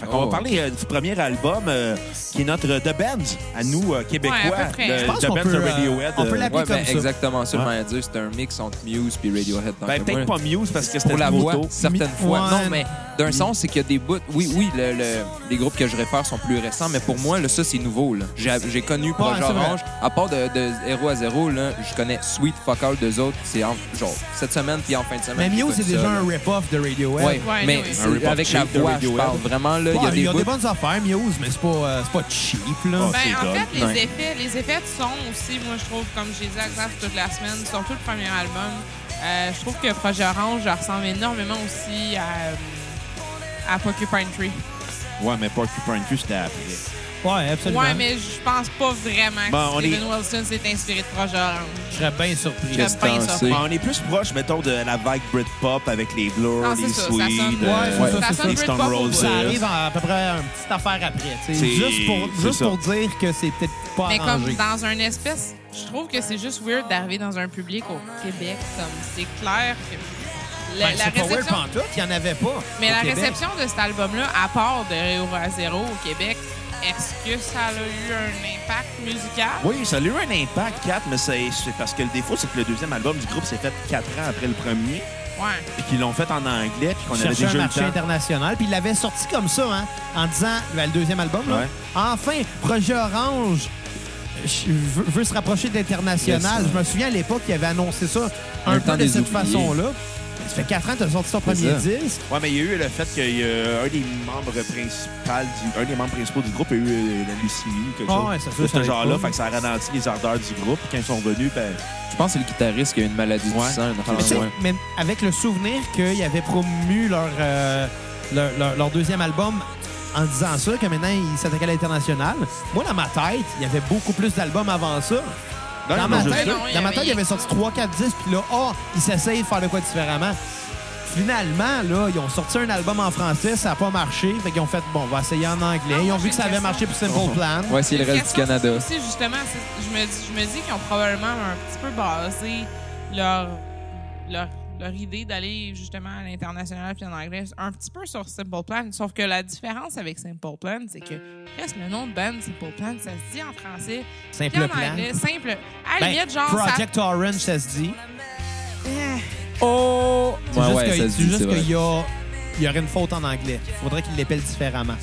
[SPEAKER 1] Fait qu'on
[SPEAKER 5] Oh.
[SPEAKER 1] va parler euh, du premier album euh, qui est notre The Bands, à nous, euh, Québécois.
[SPEAKER 4] Ouais, à peu près.
[SPEAKER 1] Le-
[SPEAKER 4] Je
[SPEAKER 2] pense
[SPEAKER 1] The
[SPEAKER 2] qu'on
[SPEAKER 1] Bands
[SPEAKER 2] peut,
[SPEAKER 1] de
[SPEAKER 2] euh,
[SPEAKER 1] Radiohead.
[SPEAKER 2] on peut
[SPEAKER 1] euh,
[SPEAKER 2] l'appeler
[SPEAKER 5] Ouais,
[SPEAKER 2] comme
[SPEAKER 5] ben,
[SPEAKER 2] ça.
[SPEAKER 5] exactement ça,
[SPEAKER 1] Ouais.
[SPEAKER 5] j'allais dire. C'était un mix entre Muse puis Radiohead. dans
[SPEAKER 1] ben,
[SPEAKER 5] le
[SPEAKER 1] peut-être
[SPEAKER 5] coin.
[SPEAKER 1] pas Muse parce que c'était
[SPEAKER 5] pour la
[SPEAKER 1] trop
[SPEAKER 5] voix,
[SPEAKER 1] tôt.
[SPEAKER 5] certaines
[SPEAKER 2] Mi-
[SPEAKER 5] fois.
[SPEAKER 2] Ouais.
[SPEAKER 5] Non, mais d'un sens, c'est qu'il y a des bouts. Oui, oui, le- le- les groupes que je réfère sont plus récents, mais pour moi, là, ça, c'est nouveau. là. J'ai j'ai connu Projet
[SPEAKER 2] c'est vrai.
[SPEAKER 5] Orange. À part de, de Héros à Zéro, là, je connais Sweet Fuck All d'eux autres. C'est en- genre cette semaine puis en fin de
[SPEAKER 2] Mais
[SPEAKER 5] semaine.
[SPEAKER 2] Mio,
[SPEAKER 5] j'ai
[SPEAKER 2] c'est
[SPEAKER 5] connu ça,
[SPEAKER 2] déjà
[SPEAKER 5] là.
[SPEAKER 2] un rip-off de Radiohead.
[SPEAKER 5] Ouais,
[SPEAKER 4] Ouais,
[SPEAKER 5] mais
[SPEAKER 4] oui.
[SPEAKER 5] c'est
[SPEAKER 1] Un report
[SPEAKER 5] avec la
[SPEAKER 1] cheap de
[SPEAKER 5] voix, je
[SPEAKER 1] Radiohead.
[SPEAKER 5] parle vraiment. là,
[SPEAKER 2] Ouais,
[SPEAKER 5] Il y a des, bouts-
[SPEAKER 2] bonnes affaires, Muse, mais c'est pas, euh, c'est pas cheap,
[SPEAKER 1] Ouais.
[SPEAKER 2] là.
[SPEAKER 4] Ben, en
[SPEAKER 1] c'est
[SPEAKER 4] fait, les
[SPEAKER 5] Ouais.
[SPEAKER 4] effets, les effets de son aussi, moi, je trouve, comme j'ai dit à Xav toute la semaine, surtout le premier album, euh, je trouve que Projet Orange elle ressemble énormément aussi à, à Porcupine Tree.
[SPEAKER 1] Ouais, mais Porcupine Tree, c'était après.
[SPEAKER 2] Ouais, absolument.
[SPEAKER 4] Ouais, mais je pense pas vraiment
[SPEAKER 1] Bon, on
[SPEAKER 4] que
[SPEAKER 1] est-
[SPEAKER 4] Steven Wilson s'est inspiré de Projet Orange.
[SPEAKER 2] Je serais bien surpris.
[SPEAKER 4] Je
[SPEAKER 5] Qu'est-ce
[SPEAKER 4] serais
[SPEAKER 5] que
[SPEAKER 4] bien
[SPEAKER 5] t'en
[SPEAKER 4] surpris.
[SPEAKER 5] sais?
[SPEAKER 1] Ah, on est plus proche, mettons, de la vague Britpop avec les Blur,
[SPEAKER 4] Non,
[SPEAKER 1] les
[SPEAKER 4] Ah, c'est ça, ça
[SPEAKER 1] Swedes,
[SPEAKER 4] sonne-
[SPEAKER 2] Ouais,
[SPEAKER 1] euh,
[SPEAKER 2] c'est ça,
[SPEAKER 4] ça sonne
[SPEAKER 1] les Stone
[SPEAKER 4] Britpop au
[SPEAKER 1] Roses. euh.
[SPEAKER 4] bout.
[SPEAKER 2] Ça arrive en- à peu près une petite affaire après. tu sais.
[SPEAKER 1] C'est-
[SPEAKER 2] Juste pour,
[SPEAKER 1] c'est
[SPEAKER 2] juste
[SPEAKER 1] ça.
[SPEAKER 2] pour dire que c'est peut-être pas
[SPEAKER 4] Mais comme
[SPEAKER 2] arrangé.
[SPEAKER 4] dans un espèce, je trouve que c'est juste weird d'arriver dans un public au Québec. Comme c'est clair que la,
[SPEAKER 2] Ben,
[SPEAKER 4] la
[SPEAKER 2] c'est pas weird
[SPEAKER 4] réception,
[SPEAKER 2] pantoute, il n'y en avait pas. au
[SPEAKER 4] mais la
[SPEAKER 2] Québec.
[SPEAKER 4] réception de cet album-là, à part de Réo à zéro au Québec, est-ce que ça a eu un impact musical
[SPEAKER 1] Oui, ça a eu un impact, 4, mais c'est c'est parce que le défaut, c'est que le deuxième album du groupe s'est fait 4 ans après le premier,
[SPEAKER 4] Ouais.
[SPEAKER 1] puis qu'ils l'ont fait en anglais, puis qu'on avait
[SPEAKER 2] cherchait
[SPEAKER 1] déjà
[SPEAKER 2] un
[SPEAKER 1] eu le
[SPEAKER 2] marché
[SPEAKER 1] temps.
[SPEAKER 2] international. Puis il l'avait sorti comme ça, hein, en disant, ben, le deuxième album, là,
[SPEAKER 1] Ouais.
[SPEAKER 2] enfin, Projet Orange je- veut, veut se rapprocher d'international.
[SPEAKER 5] Yes,
[SPEAKER 2] je me souviens à l'époque, il avait annoncé ça
[SPEAKER 5] On a
[SPEAKER 2] un
[SPEAKER 5] le temps
[SPEAKER 2] peu
[SPEAKER 5] de
[SPEAKER 2] de
[SPEAKER 5] les
[SPEAKER 2] cette
[SPEAKER 5] oublier.
[SPEAKER 2] façon-là. Ça fait quatre ans que tu as sorti ton premier
[SPEAKER 5] ça.
[SPEAKER 2] disque.
[SPEAKER 1] Ouais, mais il y a eu le fait qu'il y a un des membres principaux du, un des membres principaux du groupe a eu euh, la leucémie ou quelque
[SPEAKER 2] Ah
[SPEAKER 1] chose
[SPEAKER 2] ouais, ça, ça,
[SPEAKER 1] de
[SPEAKER 2] je savais
[SPEAKER 1] ce genre-là.
[SPEAKER 2] pas.
[SPEAKER 1] Fait que ça a ralenti les ardeurs du groupe. Puis Quand ils sont revenus, ben,
[SPEAKER 5] Je pense que c'est le guitariste qui a une maladie
[SPEAKER 1] Ah, Ouais.
[SPEAKER 5] du sang. une affaire
[SPEAKER 2] Mais, tu sais,
[SPEAKER 5] de même.
[SPEAKER 2] mais avec le souvenir qu'ils avaient promu leur, euh, leur, leur- leur deuxième album en disant ça, que maintenant ils s'attaquaient à l'international, moi, dans ma tête, il y avait beaucoup plus d'albums avant ça.
[SPEAKER 1] Ah, non,
[SPEAKER 2] Dans
[SPEAKER 1] non,
[SPEAKER 2] ma
[SPEAKER 1] je-
[SPEAKER 2] tête,
[SPEAKER 4] sais. Non, il y
[SPEAKER 2] dans ma
[SPEAKER 4] avait
[SPEAKER 2] tête, il
[SPEAKER 4] rien.
[SPEAKER 2] avait sorti 3, 4, 10, puis là, ah, ils s'essayent de faire de quoi différemment. Finalement, là, ils ont sorti un album en français, ça n'a pas marché. Fait qu'ils ont fait, bon, on va essayer en anglais.
[SPEAKER 4] Ah,
[SPEAKER 2] Ils ont
[SPEAKER 4] moi,
[SPEAKER 2] vu
[SPEAKER 4] j'ai
[SPEAKER 2] que ça
[SPEAKER 4] une
[SPEAKER 2] avait
[SPEAKER 4] question.
[SPEAKER 2] marché pour Simple Plan.
[SPEAKER 5] Ouais, c'est le
[SPEAKER 4] La
[SPEAKER 5] reste du
[SPEAKER 4] question,
[SPEAKER 5] Canada.
[SPEAKER 4] c'est Aussi, justement, c'est- je me dis, je me dis qu'ils ont probablement un petit peu basé leur, leur, leur idée d'aller justement à l'international puis en anglais un petit peu sur Simple Plan. Sauf que la différence avec Simple Plan, c'est que reste le nom de band Simple Plan, ça se dit en français. puis
[SPEAKER 2] Simple
[SPEAKER 4] en
[SPEAKER 2] Plan.
[SPEAKER 4] anglais, simple. À la
[SPEAKER 2] Ben,
[SPEAKER 4] limite, genre,
[SPEAKER 2] Project Orange, ça se dit.
[SPEAKER 4] ça. Eh,
[SPEAKER 5] Oh!
[SPEAKER 2] C'est
[SPEAKER 5] Ouais,
[SPEAKER 2] juste
[SPEAKER 5] ouais,
[SPEAKER 2] que-
[SPEAKER 5] ça se
[SPEAKER 2] c'est
[SPEAKER 5] dit,
[SPEAKER 2] juste
[SPEAKER 5] c'est vrai.
[SPEAKER 2] qu'il y, a, il y aurait une faute en anglais. Il faudrait qu'il l'appelle différemment.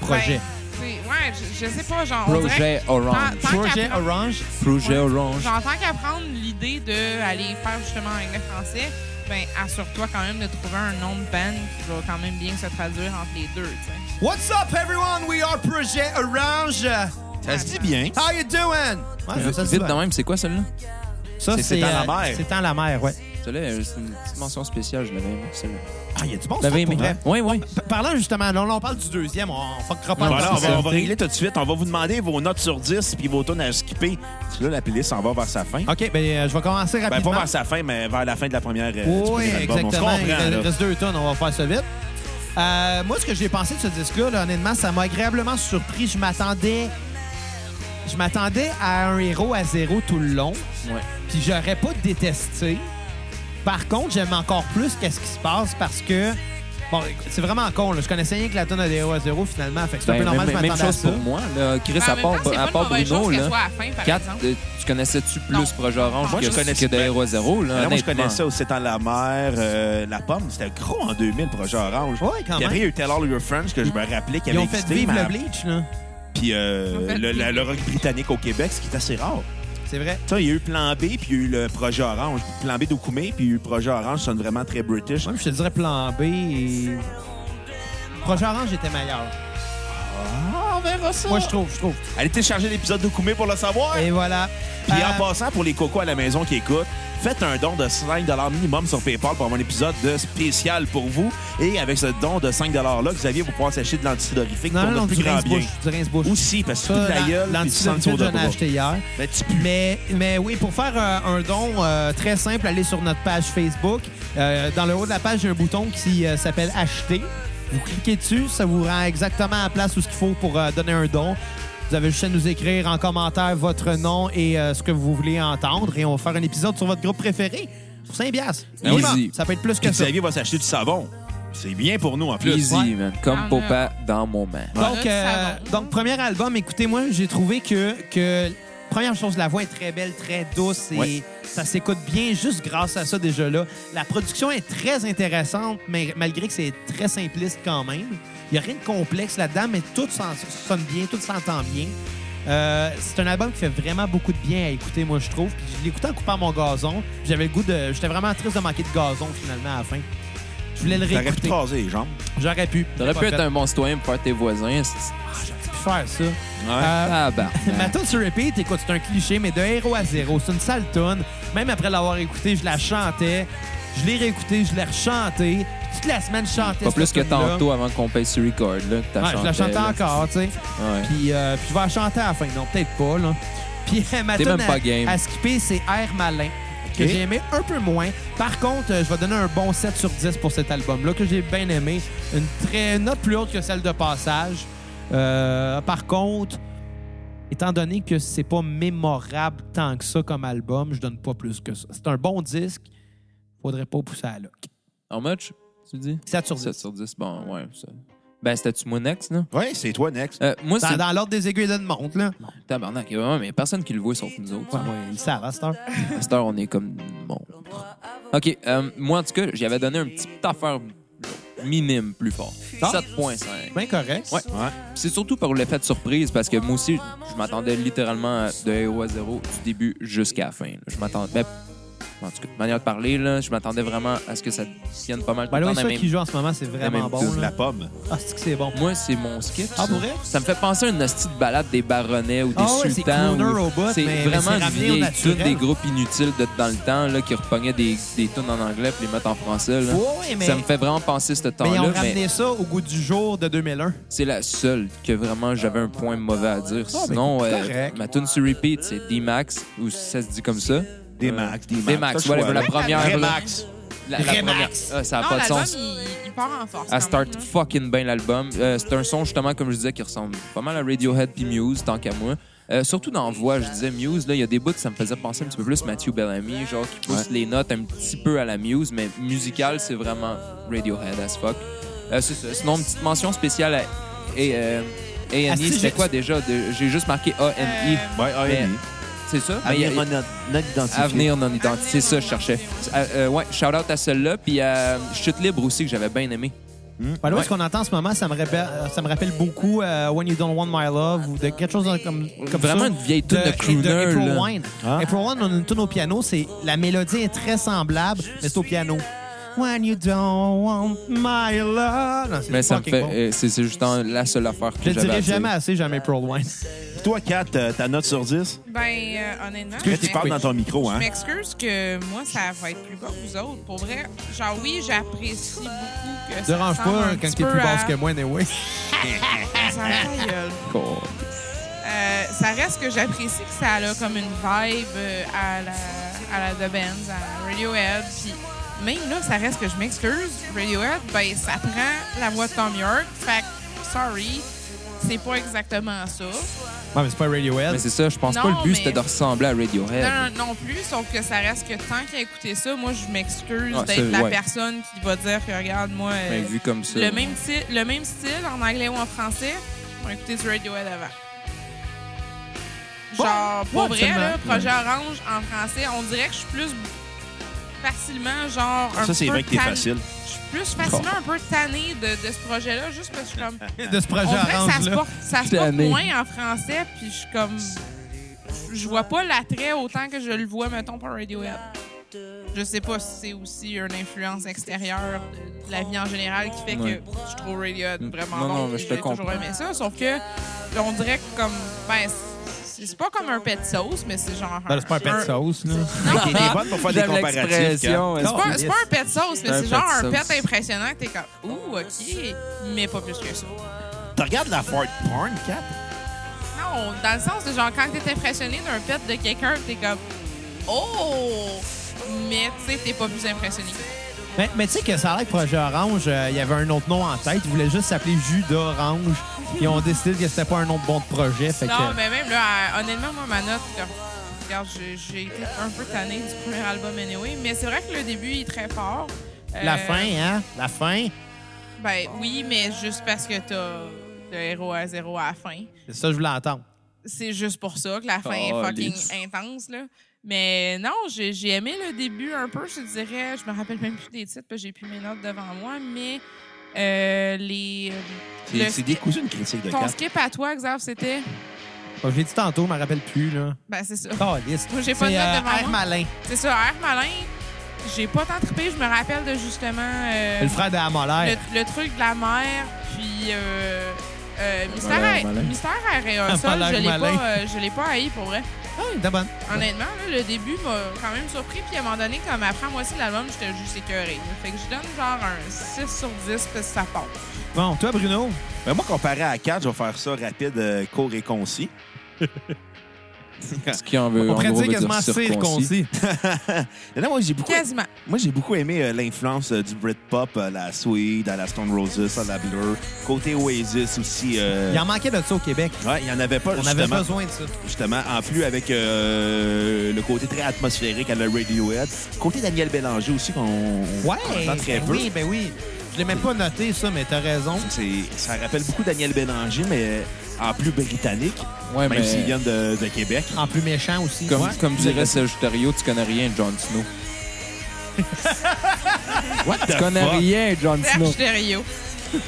[SPEAKER 2] Projet.
[SPEAKER 4] ben, c'est- ouais, je, je sais pas, genre. on dirait
[SPEAKER 5] Projet Orange.
[SPEAKER 4] tant- tant
[SPEAKER 2] Projet
[SPEAKER 4] qu'à-
[SPEAKER 2] Orange.
[SPEAKER 5] Projet
[SPEAKER 4] Ouais.
[SPEAKER 5] Orange.
[SPEAKER 4] J'entends qu'apprendre l'idée d'aller faire justement en anglais français, ben assure-toi quand même de trouver un nom de band qui va quand même bien se traduire entre les deux. tu
[SPEAKER 2] What's up, everyone? We are Projet Orange.
[SPEAKER 1] ça se dit bien.
[SPEAKER 2] How you doing? Ouais,
[SPEAKER 5] Vite
[SPEAKER 2] ça, se dit
[SPEAKER 5] vite de
[SPEAKER 2] bien.
[SPEAKER 5] même, c'est quoi celle-là?
[SPEAKER 2] Ça,
[SPEAKER 1] C'est- c'est en la
[SPEAKER 2] euh,
[SPEAKER 1] mer.
[SPEAKER 2] C'est en la mer, ouais.
[SPEAKER 5] Celle-là, euh, c'est une petite mention spéciale, je l'avais aimée, celle-là.
[SPEAKER 2] Ah, il y a du bon stock
[SPEAKER 5] Je l'avais
[SPEAKER 2] pour
[SPEAKER 5] aimée.
[SPEAKER 2] vrai.
[SPEAKER 5] Ben Oui, oui.
[SPEAKER 2] P- Parlant justement, là, on parle du deuxième, on fuckera pas.
[SPEAKER 1] Voilà,
[SPEAKER 2] le
[SPEAKER 1] on va, on va
[SPEAKER 2] deuxième.
[SPEAKER 1] régler tout de suite. On va vous demander vos notes sur 10 puis vos tonnes à skipper. Parce que Là, la playlist s'en va vers sa fin.
[SPEAKER 2] OK, ben, euh, je vais commencer
[SPEAKER 1] Ben,
[SPEAKER 2] rapidement.
[SPEAKER 1] pas vers sa fin, mais vers la fin de la première. euh, du
[SPEAKER 2] Oui,
[SPEAKER 1] premier album. On se
[SPEAKER 2] exactement. Il
[SPEAKER 1] comprend, là. Ben,
[SPEAKER 2] reste- reste deux tonnes, on va faire ça vite. Euh, moi, ce que j'ai pensé de ce disque-là, là, honnêtement, ça m'a agréablement surpris. Je m'attendais. Je m'attendais à un héros à zéro tout le long,
[SPEAKER 5] Ouais.
[SPEAKER 2] puis j'aurais pas détesté. Par contre, j'aime encore plus qu'est-ce qui se passe parce que. Bon, écoute, c'est vraiment con, là. Je connaissais rien que la tonne à des héros à zéro finalement. Fait que c'est un peu
[SPEAKER 5] Ben,
[SPEAKER 2] normal,
[SPEAKER 5] même,
[SPEAKER 2] je
[SPEAKER 5] même
[SPEAKER 2] m'attendais à
[SPEAKER 5] chose
[SPEAKER 2] ça.
[SPEAKER 5] pour moi. Là. Chris,
[SPEAKER 4] sais.
[SPEAKER 5] à
[SPEAKER 4] Ben, en
[SPEAKER 5] part,
[SPEAKER 4] même temps, c'est
[SPEAKER 5] à
[SPEAKER 4] pas
[SPEAKER 5] part
[SPEAKER 4] une mauvaise
[SPEAKER 5] Bruno,
[SPEAKER 4] chose qu'elle
[SPEAKER 5] là,
[SPEAKER 4] soit à la fin, par
[SPEAKER 5] Kat,
[SPEAKER 4] exemple.
[SPEAKER 5] euh, tu connaissais-tu plus
[SPEAKER 4] Non.
[SPEAKER 5] Projet Orange
[SPEAKER 1] Moi,
[SPEAKER 5] que,
[SPEAKER 1] je connaissais-
[SPEAKER 5] que de Héros à Zéro?
[SPEAKER 2] Ben,
[SPEAKER 5] Là,
[SPEAKER 1] Alors, moi, je
[SPEAKER 5] honnêtement?
[SPEAKER 1] connaissais au C'est en la mer, euh, la pomme. C'était gros en 2000, projet Orange.
[SPEAKER 2] Ouais, quand
[SPEAKER 1] Puis après, il
[SPEAKER 2] même.
[SPEAKER 1] y a eu Tell All Your Friends que je me rappelais qu'il
[SPEAKER 2] Ils
[SPEAKER 1] avait
[SPEAKER 2] ont fait
[SPEAKER 1] existé.
[SPEAKER 2] vivre
[SPEAKER 1] mais-
[SPEAKER 2] le bleach, là.
[SPEAKER 1] Puis
[SPEAKER 4] Ils ont
[SPEAKER 1] euh,
[SPEAKER 4] fait
[SPEAKER 1] le,
[SPEAKER 4] vivre.
[SPEAKER 1] le- le rock britannique au Québec, ce qui est assez rare.
[SPEAKER 2] C'est vrai.
[SPEAKER 1] Tu sais, il y a eu Plan B, puis il y a eu le projet Orange. Plan B d'Okoumé, puis il y a eu le projet Orange. Ça sonne vraiment très british.
[SPEAKER 2] Même, je te dirais plan B et. Projet Orange était meilleur.
[SPEAKER 1] Ah, on verra ça.
[SPEAKER 2] Moi, je trouve, je trouve.
[SPEAKER 1] Allez télécharger l'épisode d'Okoumé pour le savoir.
[SPEAKER 2] Et voilà.
[SPEAKER 1] Puis en
[SPEAKER 2] Euh,
[SPEAKER 1] passant, pour les cocos à la maison qui écoutent, faites un don de 5 minimum sur PayPal pour avoir un épisode de spécial pour vous. Et avec ce don de 5 $-là, Xavier va pouvoir s'acheter de l'antidorifique pour
[SPEAKER 2] Euh, Non, non, non,
[SPEAKER 1] notre
[SPEAKER 2] du
[SPEAKER 1] plus grand bien.
[SPEAKER 2] rince-bouche. Du rince-bouche.
[SPEAKER 1] Aussi, parce que tu
[SPEAKER 2] Ça,
[SPEAKER 1] coupes la
[SPEAKER 2] l'an-
[SPEAKER 1] gueule, puis tu sens le
[SPEAKER 2] l'antisulfite,
[SPEAKER 1] tour de
[SPEAKER 2] j'en ai
[SPEAKER 1] bras.
[SPEAKER 2] acheté hier.
[SPEAKER 1] Ben, tu pues.
[SPEAKER 2] Mais, mais oui, pour faire euh, un don euh, très simple, allez sur notre page Facebook. Euh, dans le haut de la page, il y a un bouton qui euh, s'appelle Acheter. Vous cliquez dessus, ça vous rend exactement à la place où ce qu'il faut pour euh, donner un don. Vous avez juste à nous écrire en commentaire votre nom et euh, ce que vous voulez entendre. Et on va faire un épisode sur votre groupe préféré pour 5 piastres.
[SPEAKER 5] Ben oui.
[SPEAKER 2] Minimum. Ça peut être plus
[SPEAKER 1] Puis
[SPEAKER 2] que ça.
[SPEAKER 1] Xavier va s'acheter du savon. C'est bien pour nous, en plus.
[SPEAKER 5] Easy,
[SPEAKER 2] ouais.
[SPEAKER 5] man. Comme
[SPEAKER 4] Ah,
[SPEAKER 5] Popa dans mon man.
[SPEAKER 4] Voilà,
[SPEAKER 2] Donc,
[SPEAKER 4] du
[SPEAKER 2] euh,
[SPEAKER 4] savon.
[SPEAKER 2] donc, premier album, écoutez-moi, j'ai trouvé que, que, première chose, la voix est très belle, très douce et
[SPEAKER 1] Ouais.
[SPEAKER 2] ça s'écoute bien juste grâce à ça déjà là. La production est très intéressante, mais malgré que c'est très simpliste quand même. Il n'y a rien de complexe là-dedans, mais tout s'en- sonne bien, tout s'entend bien. Euh, c'est un album qui fait vraiment beaucoup de bien à écouter, moi, je trouve. Puis je l'écoutais en coupant mon gazon. puis J'avais le goût de. J'étais vraiment triste de manquer de gazon, finalement, à la fin. Je voulais le
[SPEAKER 1] T'aurais pu te
[SPEAKER 2] réécouter.
[SPEAKER 1] raser les jambes.
[SPEAKER 2] J'aurais pu.
[SPEAKER 5] T'aurais
[SPEAKER 2] J'ai
[SPEAKER 5] pu
[SPEAKER 2] pas
[SPEAKER 5] être
[SPEAKER 2] fait.
[SPEAKER 5] un bon citoyen pour faire tes voisins. c'est-
[SPEAKER 2] Pu faire ça.
[SPEAKER 1] Ouais.
[SPEAKER 2] Euh,
[SPEAKER 5] Ah, bah.
[SPEAKER 2] Ma tune sur repeat, écoute, c'est un cliché, mais de héros à zéro, c'est une sale tune. Même après l'avoir écoutée, je la chantais. Je l'ai réécoutée, je l'ai rechantée. Toute la semaine, je chantais
[SPEAKER 5] Pas
[SPEAKER 2] cette
[SPEAKER 5] plus que
[SPEAKER 2] tune-là.
[SPEAKER 5] tantôt avant qu'on paye sur record, là, que t'as
[SPEAKER 2] Ouais, je la
[SPEAKER 5] chanté,
[SPEAKER 2] chantais
[SPEAKER 5] là.
[SPEAKER 2] encore, tu sais.
[SPEAKER 5] Ouais.
[SPEAKER 2] Puis, euh, puis je vais la chanter à la fin. Non, peut-être pas, là. Puis euh, ma
[SPEAKER 5] T'es
[SPEAKER 2] tune
[SPEAKER 5] même pas
[SPEAKER 2] à,
[SPEAKER 5] game.
[SPEAKER 2] à skipper, c'est Air Malin, que
[SPEAKER 1] Ok.
[SPEAKER 2] j'ai aimé un peu moins. Par contre, euh, je vais donner un bon 7 sur 10 pour cet album-là, que j'ai bien aimé. Une très une note plus haute que celle de Passage. Euh, par contre, étant donné que c'est pas mémorable tant que ça comme album, je donne pas plus que ça. C'est un bon disque. Faudrait pas pousser à la loque.
[SPEAKER 5] How much, tu dis?
[SPEAKER 2] 7 sur 10.
[SPEAKER 5] 7 sur 10. Bon, ouais. ça. Ben, c'était-tu mon ex, là?
[SPEAKER 1] Ouais, c'est toi, Next.
[SPEAKER 5] Euh, moi,
[SPEAKER 2] Dans,
[SPEAKER 5] c'est...
[SPEAKER 2] dans l'ordre des aiguilles de montre, là.
[SPEAKER 5] Tabarnak, il y a vraiment mais personne qui le voit sauf nous autres.
[SPEAKER 2] Ouais, ouais, ils le savent hein, à cette heure.
[SPEAKER 5] À cette heure, on est comme... Bon. OK, euh, moi, en tout cas, j'avais donné un petit petite affaire minime plus fort.
[SPEAKER 2] Ah.
[SPEAKER 5] 7.5.
[SPEAKER 2] Bien correct.
[SPEAKER 5] Ouais.
[SPEAKER 1] Ouais.
[SPEAKER 5] C'est surtout pour l'effet de surprise parce que moi aussi, je m'attendais littéralement de héros à zéro du début jusqu'à la fin. là. Je m'attendais. ben, en tout cas, manière de parler, là, je m'attendais vraiment à ce que ça tienne pas mal tout
[SPEAKER 2] Ben
[SPEAKER 5] le
[SPEAKER 2] là,
[SPEAKER 5] temps
[SPEAKER 2] oui, ça
[SPEAKER 5] dans la même-
[SPEAKER 2] qui joue en ce moment, c'est vraiment
[SPEAKER 5] même
[SPEAKER 2] bon.
[SPEAKER 5] tune,
[SPEAKER 2] là.
[SPEAKER 1] La pomme.
[SPEAKER 2] Ah, c'est que c'est bon.
[SPEAKER 5] Moi, c'est mon skip.
[SPEAKER 2] Ah,
[SPEAKER 5] ça.
[SPEAKER 2] pour vrai?
[SPEAKER 5] Ça me fait penser à une hostie de balade des baronnets ou des
[SPEAKER 2] Ah ouais, c'est
[SPEAKER 5] sultans.
[SPEAKER 2] crooner
[SPEAKER 5] ou-
[SPEAKER 2] au bout,
[SPEAKER 5] c'est
[SPEAKER 2] mais- mais c'est
[SPEAKER 5] vraiment une
[SPEAKER 2] ramené au
[SPEAKER 5] vieille tune
[SPEAKER 2] naturel.
[SPEAKER 5] des groupes inutiles de dans le temps là, qui repognaient des, des tunes en anglais pour les mettre en français. là.
[SPEAKER 2] Ouais, mais,
[SPEAKER 5] Ça me fait vraiment penser à ce
[SPEAKER 2] mais ils ont
[SPEAKER 5] temps-là, mais,
[SPEAKER 2] ramené ça au goût du jour de 2001.
[SPEAKER 5] c'est la seule que vraiment j'avais un point mauvais à dire.
[SPEAKER 2] Ah, ben,
[SPEAKER 5] Sinon,
[SPEAKER 2] c'est
[SPEAKER 5] euh,
[SPEAKER 2] correct.
[SPEAKER 5] ma tune sur repeat, c'est D-Max, ou ça se dit comme ça.
[SPEAKER 1] Des Max, des Max.
[SPEAKER 5] Des Max,
[SPEAKER 1] Ça, je
[SPEAKER 5] whatever,
[SPEAKER 1] vois,
[SPEAKER 5] la
[SPEAKER 1] là.
[SPEAKER 5] première.
[SPEAKER 1] Des
[SPEAKER 5] là.
[SPEAKER 1] Max.
[SPEAKER 5] La, la première.
[SPEAKER 2] Remax.
[SPEAKER 5] Ah, ça n'a
[SPEAKER 4] non,
[SPEAKER 5] pas de
[SPEAKER 4] l'album,
[SPEAKER 5] sens.
[SPEAKER 4] il, il part en force.
[SPEAKER 5] Elle
[SPEAKER 4] quand même, hein.
[SPEAKER 5] start
[SPEAKER 4] là.
[SPEAKER 5] fucking bien l'album. Euh, c'est un son, justement, comme je disais, qui ressemble pas mal à Radiohead puis Muse, tant qu'à moi. Euh, surtout dans la voix, je disais Muse, là, il y a des bouts que ça me faisait penser un petit peu plus Matthew Bellamy, genre qui pousse les notes un petit peu à la Muse, mais musical, c'est vraiment Radiohead as fuck. Euh, c'est ça. Sinon, une petite mention spéciale à et, euh, A&E,
[SPEAKER 2] Ah, si, j'ai-
[SPEAKER 5] c'était quoi déjà? De- J'ai juste marqué A&E.
[SPEAKER 4] Euh,
[SPEAKER 1] Ouais, ah,
[SPEAKER 5] Mais-
[SPEAKER 1] oui.
[SPEAKER 5] C'est ça? Mais il y a-
[SPEAKER 6] Avenir non, non identifié.
[SPEAKER 5] Avenir non identifié. C'est ça, je cherchais. Euh, euh, ouais, shout out à celle-là. Puis à Chute libre aussi, que j'avais bien aimé.
[SPEAKER 2] Par là,
[SPEAKER 5] Ouais.
[SPEAKER 2] ce qu'on entend en ce moment, ça me rappelle, euh, ça me rappelle beaucoup euh, When You Don't Want My Love ou de quelque chose comme, comme
[SPEAKER 5] Vraiment
[SPEAKER 2] ça.
[SPEAKER 5] une vieille tune de, crooner.
[SPEAKER 2] April
[SPEAKER 5] là. Ah.
[SPEAKER 2] Wine. April Wine, on a une tune au piano. C'est, la mélodie est très semblable, mais c'est au piano. When you don't want my love. Non, c'est
[SPEAKER 5] Mais ça me
[SPEAKER 2] fucking
[SPEAKER 5] fait.
[SPEAKER 2] bon.
[SPEAKER 5] euh, c'est c'est juste en- la seule affaire que
[SPEAKER 2] Je
[SPEAKER 5] j'avais.
[SPEAKER 2] le dirai
[SPEAKER 5] à dire.
[SPEAKER 2] jamais assez, jamais April Wine.
[SPEAKER 1] Toi, Kat, euh, ta note sur 10?
[SPEAKER 4] Ben, euh, honnêtement,
[SPEAKER 1] Mais tu
[SPEAKER 4] je-
[SPEAKER 1] parles dans ton micro,
[SPEAKER 4] je
[SPEAKER 1] hein?
[SPEAKER 4] m'excuse que moi, ça va être plus bas que vous autres. Pour vrai, genre, oui, j'apprécie beaucoup que ça.
[SPEAKER 2] Dérange
[SPEAKER 4] ressemble
[SPEAKER 2] pas hein,
[SPEAKER 4] un
[SPEAKER 2] quand
[SPEAKER 4] petit
[SPEAKER 2] t'es
[SPEAKER 4] peu
[SPEAKER 2] plus
[SPEAKER 4] à-
[SPEAKER 2] basse que moi, anyway.
[SPEAKER 4] Ça ressemble à gueule.
[SPEAKER 5] Cool.
[SPEAKER 4] Euh, ça reste que j'apprécie que ça a comme une vibe euh, à la, à la The Benz, à Radiohead. Puis même là, ça reste que je m'excuse. Radiohead, ben, ça prend la voix de Tom York. Fait que, sorry, c'est pas exactement ça.
[SPEAKER 5] Euh,
[SPEAKER 2] Ouais, mais c'est pas Radiohead.
[SPEAKER 5] Mais c'est ça, je pense
[SPEAKER 4] Non,
[SPEAKER 5] pas le but
[SPEAKER 4] mais-
[SPEAKER 5] c'était de ressembler à Radiohead.
[SPEAKER 4] Non, non plus, sauf que ça reste que tant qu'à écouter ça, moi, je m'excuse
[SPEAKER 5] Ah,
[SPEAKER 4] d'être
[SPEAKER 5] c'est-
[SPEAKER 4] la
[SPEAKER 5] ouais.
[SPEAKER 4] personne qui va dire que, regarde, moi, euh,
[SPEAKER 5] Mais vu comme ça.
[SPEAKER 4] le, même style, le même style en anglais ou en français, on va écouter du Radiohead avant. Genre,
[SPEAKER 2] Ouais,
[SPEAKER 4] pour
[SPEAKER 2] ouais,
[SPEAKER 4] vrai,
[SPEAKER 2] absolument.
[SPEAKER 4] là, Projet Orange en français, on dirait que je suis plus facilement, genre, un
[SPEAKER 1] Ça, c'est
[SPEAKER 4] peu
[SPEAKER 1] vrai que t'es
[SPEAKER 4] tann-
[SPEAKER 1] facile.
[SPEAKER 4] Je suis plus facilement un peu tanné de, de ce projet-là, juste parce que je suis comme...
[SPEAKER 2] de ce projet
[SPEAKER 4] On dirait que ça se
[SPEAKER 2] orange-là.
[SPEAKER 4] porte, ça se
[SPEAKER 5] J'étais
[SPEAKER 4] porte
[SPEAKER 5] amé.
[SPEAKER 4] moins en français, puis je suis comme. Je vois pas l'attrait autant que je le vois, mettons, par Radiohead. Je sais pas si c'est aussi une influence extérieure de de la vie en général qui fait
[SPEAKER 5] Ouais.
[SPEAKER 4] que je trouve Radiohead
[SPEAKER 5] Mm.
[SPEAKER 4] vraiment
[SPEAKER 5] Non,
[SPEAKER 4] bon.
[SPEAKER 5] non, mais je te
[SPEAKER 4] J'ai toujours
[SPEAKER 5] comprends.
[SPEAKER 4] aimé ça, sauf que là, on dirait que comme. Ben, c'est c'est pas comme un pet de sauce, mais c'est genre.
[SPEAKER 2] Ben, c'est pas un pet de sauce, là.
[SPEAKER 1] T'es t'es bonne pour faire des
[SPEAKER 5] J'aime
[SPEAKER 1] comparatifs, Kat.
[SPEAKER 5] l'expression,
[SPEAKER 4] C'est
[SPEAKER 5] est-ce
[SPEAKER 4] pas,
[SPEAKER 5] que-
[SPEAKER 4] c'est pas un pet de sauce, mais
[SPEAKER 5] Un
[SPEAKER 4] c'est genre
[SPEAKER 5] pet de
[SPEAKER 4] un
[SPEAKER 5] sauce.
[SPEAKER 4] pet impressionnant que t'es comme. Ouh, OK, mais pas plus que ça.
[SPEAKER 1] Tu regardes la Fort Porn, Kat?
[SPEAKER 4] Non, dans le sens de genre quand t'es impressionné d'un pet de quelqu'un, t'es comme Oh! Mais tu sais, t'es pas plus impressionné.
[SPEAKER 2] Mais, Ben, mais tu sais que ça a l'air que Projet Orange, euh, il y avait un autre nom en tête. Ils voulaient juste s'appeler Jus d'Orange. Ils ont décidé que c'était pas un nom de bon de projet. Fait que,
[SPEAKER 4] Non, mais même là, euh, honnêtement, moi, ma note, là, regarde, j'ai j'ai été un peu tannée du premier album anyway, mais c'est vrai que le début il est très fort. Euh,
[SPEAKER 2] La fin, hein? La fin.
[SPEAKER 4] Ben oui, mais juste parce que t'as de héros à zéro à la fin.
[SPEAKER 2] C'est ça que je voulais entendre.
[SPEAKER 4] C'est juste pour ça que la fin
[SPEAKER 5] Oh,
[SPEAKER 4] est fucking
[SPEAKER 5] Lise.
[SPEAKER 4] intense, là. Mais non, j'ai j'ai aimé le début un peu, je te dirais. Je me rappelle même plus des titres, parce que j'ai plus mes notes devant moi, mais euh, les. le
[SPEAKER 1] C'est c'est décousu une critique de
[SPEAKER 4] ton
[SPEAKER 1] quatre.
[SPEAKER 4] skip à toi, Xav, c'était.
[SPEAKER 2] Bon, je l'ai dit tantôt, je me rappelle plus, là.
[SPEAKER 4] Ben, c'est ça.
[SPEAKER 2] Caliste.
[SPEAKER 4] Moi, j'ai pas de
[SPEAKER 2] C'est,
[SPEAKER 4] note
[SPEAKER 2] euh,
[SPEAKER 4] devant moi.
[SPEAKER 2] Air Malin.
[SPEAKER 4] C'est ça, Air Malin, j'ai pas tant trippé. Je me rappelle de justement euh,
[SPEAKER 2] Le frère de la Molaire.
[SPEAKER 4] le, le truc de la mer, puis euh, euh, Mystère,
[SPEAKER 1] Malin,
[SPEAKER 4] à,
[SPEAKER 1] malin.
[SPEAKER 4] Mystère à Réa Sol,
[SPEAKER 2] Malin,
[SPEAKER 4] je l'ai
[SPEAKER 2] malin.
[SPEAKER 4] pas, euh, je l'ai pas haï pour vrai.
[SPEAKER 2] Ah, il était bon.
[SPEAKER 4] Honnêtement, là, le début m'a quand même surpris, puis à un moment donné, comme après moi aussi l'album, j'étais juste écœurée. Fait que je donne genre un 6 sur 10 parce que ça part.
[SPEAKER 2] Bon, toi, Bruno?
[SPEAKER 1] Ben, moi, comparé à 4, je vais faire ça rapide, euh, court et concis.
[SPEAKER 5] Ce qui en veut,
[SPEAKER 2] On
[SPEAKER 5] en
[SPEAKER 2] pourrait
[SPEAKER 5] gros,
[SPEAKER 2] dire
[SPEAKER 5] veut
[SPEAKER 2] quasiment
[SPEAKER 5] circoncis.
[SPEAKER 2] circoncis.
[SPEAKER 1] Mais non, moi, j'ai beaucoup,
[SPEAKER 4] Quasiment.
[SPEAKER 1] moi, j'ai beaucoup aimé euh, l'influence euh, du Britpop, euh, la Swede, à la Stone Roses, à la Blur. Côté Oasis aussi. euh,
[SPEAKER 2] Il en manquait de ça au Québec.
[SPEAKER 1] ouais, il y en avait pas,
[SPEAKER 2] On
[SPEAKER 1] justement.
[SPEAKER 2] avait besoin de ça.
[SPEAKER 1] justement. En plus, avec euh, le côté très atmosphérique à la Radiohead. Côté Daniel Bélanger aussi, qu'on on entend très
[SPEAKER 2] ben
[SPEAKER 1] peu.
[SPEAKER 2] oui, ben oui. Je l'ai même pas noté, ça, mais t'as raison.
[SPEAKER 1] C'est- Ça rappelle beaucoup Daniel Bélanger, mais en plus britannique,
[SPEAKER 5] Ouais,
[SPEAKER 1] même
[SPEAKER 5] mais-
[SPEAKER 1] s'il vient de, de Québec.
[SPEAKER 2] En plus méchant aussi.
[SPEAKER 5] Comme,
[SPEAKER 2] Ouais.
[SPEAKER 5] comme dirait Serge Thériault, tu connais rien, Jon Snow.
[SPEAKER 1] What the
[SPEAKER 5] Tu connais
[SPEAKER 1] fuck?
[SPEAKER 5] rien, Jon Snow.
[SPEAKER 4] Serge de Rio.
[SPEAKER 5] I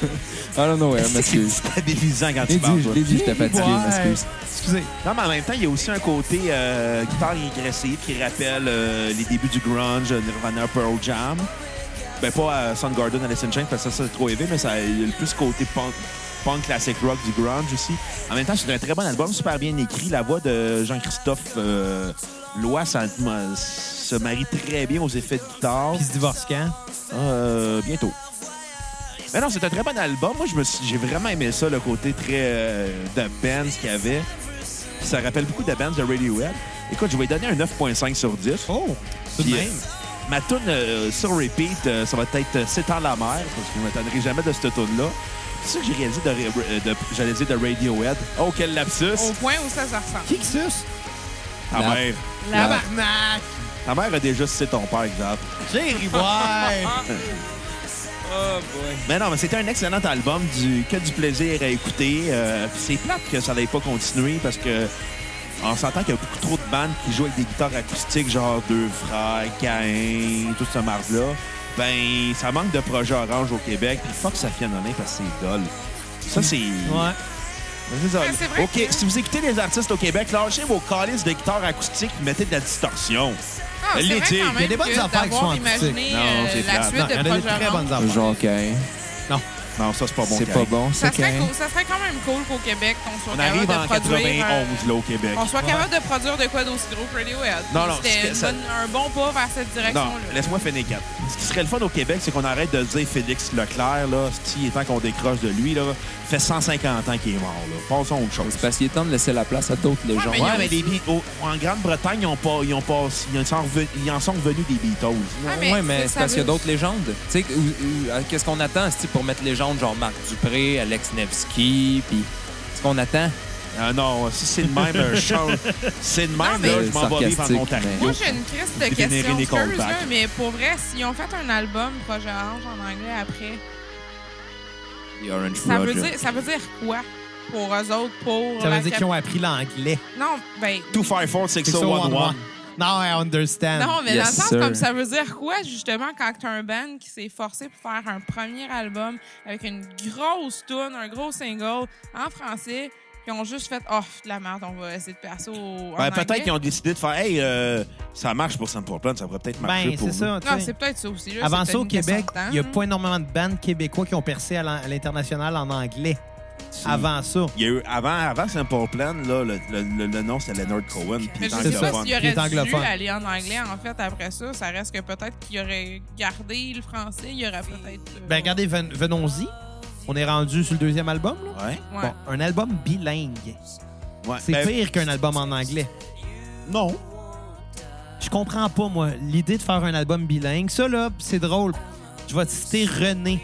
[SPEAKER 5] don't know, ouais,
[SPEAKER 1] C'est
[SPEAKER 5] m'excuse.
[SPEAKER 1] déstabilisant quand
[SPEAKER 5] Je
[SPEAKER 1] tu
[SPEAKER 5] l'ai
[SPEAKER 1] parles.
[SPEAKER 5] dit, je
[SPEAKER 1] toi.
[SPEAKER 5] l'ai dit, j'étais fatigué,
[SPEAKER 2] Ouais.
[SPEAKER 5] m'excuse.
[SPEAKER 2] Excusez.
[SPEAKER 1] Non, mais en même temps, il y a aussi un côté euh, guitare agressive qui rappelle euh, les débuts du grunge, euh, Nirvana, Pearl Jam. Ben, pas euh, Soundgarden, Alice in Chains, parce que ça, c'est trop élevé, mais ça, il y a le plus côté punk, punk classic rock du grunge aussi. En même temps, c'est un très bon album, super bien écrit. La voix de Jean-Christophe euh, Lois ça m- se marie très bien aux effets de guitare.
[SPEAKER 2] Puis se divorce quand?
[SPEAKER 1] Euh, bientôt. Mais non, c'est un très bon album. Moi, je me suis- j'ai vraiment aimé ça, le côté très euh, de bands qu'il y avait. Puis Ça rappelle beaucoup de bands de Radiohead. Écoute, je vais lui donner un 9.5 sur 10.
[SPEAKER 2] Oh, tout de
[SPEAKER 1] Puis,
[SPEAKER 2] même.
[SPEAKER 1] euh, ma tune euh, sur repeat, euh, ça va être euh, C'est en la mer, parce que je ne m'attendrai jamais de cette tune là C'est ça que j'ai réalisé de, Ra- euh, de- j'allais dire de Radiohead. Oh, quel lapsus!
[SPEAKER 4] Au point où ça se ressemble.
[SPEAKER 2] Qui que suce?
[SPEAKER 1] Ta
[SPEAKER 5] La-
[SPEAKER 1] mère.
[SPEAKER 2] Ah.
[SPEAKER 5] La-
[SPEAKER 2] Tabarnak!
[SPEAKER 1] Ta mère a déjà c'est ton père, exemple.
[SPEAKER 2] Jerry Boy!
[SPEAKER 5] Oh boy.
[SPEAKER 1] Mais Ben non, mais c'était un excellent album, du, que du plaisir à écouter. Euh, puis c'est plate que ça n'allait pas continuer parce que on s'entend qu'il y a beaucoup trop de bandes qui jouent avec des guitares acoustiques, genre Deux Frères, Caïn, tout ce marde-là. Ben, ça manque de projets orange au Québec. Puis fuck Safia Nolin parce que c'est dole. Ça, c'est...
[SPEAKER 2] ouais.
[SPEAKER 1] C'est ça.
[SPEAKER 4] Ouais, c'est vrai
[SPEAKER 1] OK,
[SPEAKER 4] que-
[SPEAKER 1] si vous écoutez les artistes au Québec, lâchez vos calices de guitares acoustiques et mettez de la distorsion.
[SPEAKER 4] Ah, c'est vrai
[SPEAKER 1] L'été. Il
[SPEAKER 4] quand
[SPEAKER 1] y a
[SPEAKER 4] même
[SPEAKER 2] des bonnes
[SPEAKER 4] que
[SPEAKER 2] affaires qui
[SPEAKER 4] d'avoir
[SPEAKER 2] sont
[SPEAKER 4] imaginé
[SPEAKER 2] antiques.
[SPEAKER 1] Non,
[SPEAKER 4] euh,
[SPEAKER 1] c'est
[SPEAKER 4] la
[SPEAKER 1] plate.
[SPEAKER 4] suite
[SPEAKER 2] Non,
[SPEAKER 4] de
[SPEAKER 2] il y en a des
[SPEAKER 4] Projet
[SPEAKER 2] très
[SPEAKER 4] Orange.
[SPEAKER 2] bonnes affaires.
[SPEAKER 5] Genre, Cain.
[SPEAKER 1] Non, ça, c'est pas bon.
[SPEAKER 5] C'est
[SPEAKER 1] Karine.
[SPEAKER 5] pas bon, ça,
[SPEAKER 4] Ça serait,
[SPEAKER 5] Cain.
[SPEAKER 4] cool- ça serait quand même cool qu'au Québec, on soit
[SPEAKER 1] On
[SPEAKER 4] capable
[SPEAKER 1] arrive en
[SPEAKER 4] de produire... euh,
[SPEAKER 1] 91, là, au Québec.
[SPEAKER 4] On soit capable de produire de quoi d'aussi gros que Radiohead.
[SPEAKER 1] Non, non, c'est que
[SPEAKER 4] C'était une
[SPEAKER 1] ça-
[SPEAKER 4] bonne- un bon pas vers cette
[SPEAKER 1] Non,
[SPEAKER 4] direction-là.
[SPEAKER 1] laisse-moi finir 4. Ce qui serait le fun au Québec, c'est qu'on arrête de dire Félix Leclerc, là, si étant qu'on décroche de lui, là, fait 150 ans qu'il est mort, là. Passons à autre chose.
[SPEAKER 5] C'est parce qu'il est temps de laisser la place à d'autres légendes.
[SPEAKER 4] mais
[SPEAKER 1] Ouais, mais les Be- au- en Grande-Bretagne, ils, ont pas, ils, ont pas, ils, en sont reven- ils en sont revenus des Beatles.
[SPEAKER 4] Ah, mais
[SPEAKER 5] Ouais, mais
[SPEAKER 4] ça
[SPEAKER 5] c'est parce
[SPEAKER 4] veut-
[SPEAKER 5] qu'il y a d'autres légendes. Tu sais, que- ou- ou- à- qu'est-ce qu'on attend c'est-tu, pour mettre légende, genre Marc Dupré, Alex Nevsky, puis ce qu'on attend.
[SPEAKER 1] Ah non, si c'est le même, euh, change. C'est le même,
[SPEAKER 4] mais-
[SPEAKER 1] là, je m'en vais vivre en
[SPEAKER 5] Sarcastique,
[SPEAKER 1] Ontario.
[SPEAKER 5] mais-
[SPEAKER 4] Moi, j'ai une crise de
[SPEAKER 1] Vénérer
[SPEAKER 4] question
[SPEAKER 1] des
[SPEAKER 4] curieuse,
[SPEAKER 1] callbacks.
[SPEAKER 4] là, mais pour vrai, s'ils ont fait un album Projet Orange en anglais après,
[SPEAKER 5] The Orange
[SPEAKER 4] ça veut,
[SPEAKER 5] Roger.
[SPEAKER 4] dire, ça veut dire quoi pour eux autres, pour...
[SPEAKER 2] Ça
[SPEAKER 4] la
[SPEAKER 2] veut dire
[SPEAKER 4] cat-
[SPEAKER 2] qu'ils ont appris l'anglais.
[SPEAKER 4] Non, ben...
[SPEAKER 1] 254-6011.
[SPEAKER 2] Non, I understand.
[SPEAKER 4] Non, mais
[SPEAKER 5] Yes,
[SPEAKER 4] dans le sens
[SPEAKER 5] sir.
[SPEAKER 4] comme ça veut dire quoi, justement, quand t'as un band qui s'est forcé pour faire un premier album avec une grosse tune, un gros single en français, qui ont juste fait, oh, de la merde, on va essayer de passer au. en
[SPEAKER 1] Ben,
[SPEAKER 4] anglais.
[SPEAKER 1] peut-être qu'ils ont décidé de faire, hey, euh, ça marche pour Sample Plan, ça pourrait peut-être marcher
[SPEAKER 2] Ben,
[SPEAKER 1] pour
[SPEAKER 2] c'est
[SPEAKER 1] vous.
[SPEAKER 2] ça. tu
[SPEAKER 4] Non,
[SPEAKER 2] sais.
[SPEAKER 4] c'est peut-être ça aussi. là,
[SPEAKER 2] Avant
[SPEAKER 4] c'est
[SPEAKER 2] ça, au
[SPEAKER 4] peut-être une
[SPEAKER 2] Québec,
[SPEAKER 4] question de temps,
[SPEAKER 2] il n'y a
[SPEAKER 4] là.
[SPEAKER 2] pas énormément de bandes québécois qui ont percé à l'an- à l'international en anglais. Avant ça.
[SPEAKER 1] Il y a eu, avant, avant Simple Plan, là, le, le- le- le nom, c'était Leonard Cohen. puis
[SPEAKER 4] Mais
[SPEAKER 1] il
[SPEAKER 4] je
[SPEAKER 1] est
[SPEAKER 4] sais pas
[SPEAKER 1] anglophone.
[SPEAKER 4] s'il
[SPEAKER 2] Il est
[SPEAKER 4] aurait dû
[SPEAKER 2] anglophone.
[SPEAKER 4] aller en anglais, en fait, après ça. Ça reste que peut-être qu'il aurait gardé le français, il aurait peut-être... euh,
[SPEAKER 2] Ben, regardez, ven- venons-y. On est rendu sur le deuxième album. là.
[SPEAKER 1] Ouais.
[SPEAKER 4] Ouais.
[SPEAKER 2] Bon, un album bilingue.
[SPEAKER 1] Ouais.
[SPEAKER 2] C'est
[SPEAKER 1] Ben,
[SPEAKER 2] pire qu'un album en anglais.
[SPEAKER 1] Non.
[SPEAKER 2] Je comprends pas, moi, l'idée de faire un album bilingue. Ça, là, c'est drôle. Je vais te citer René.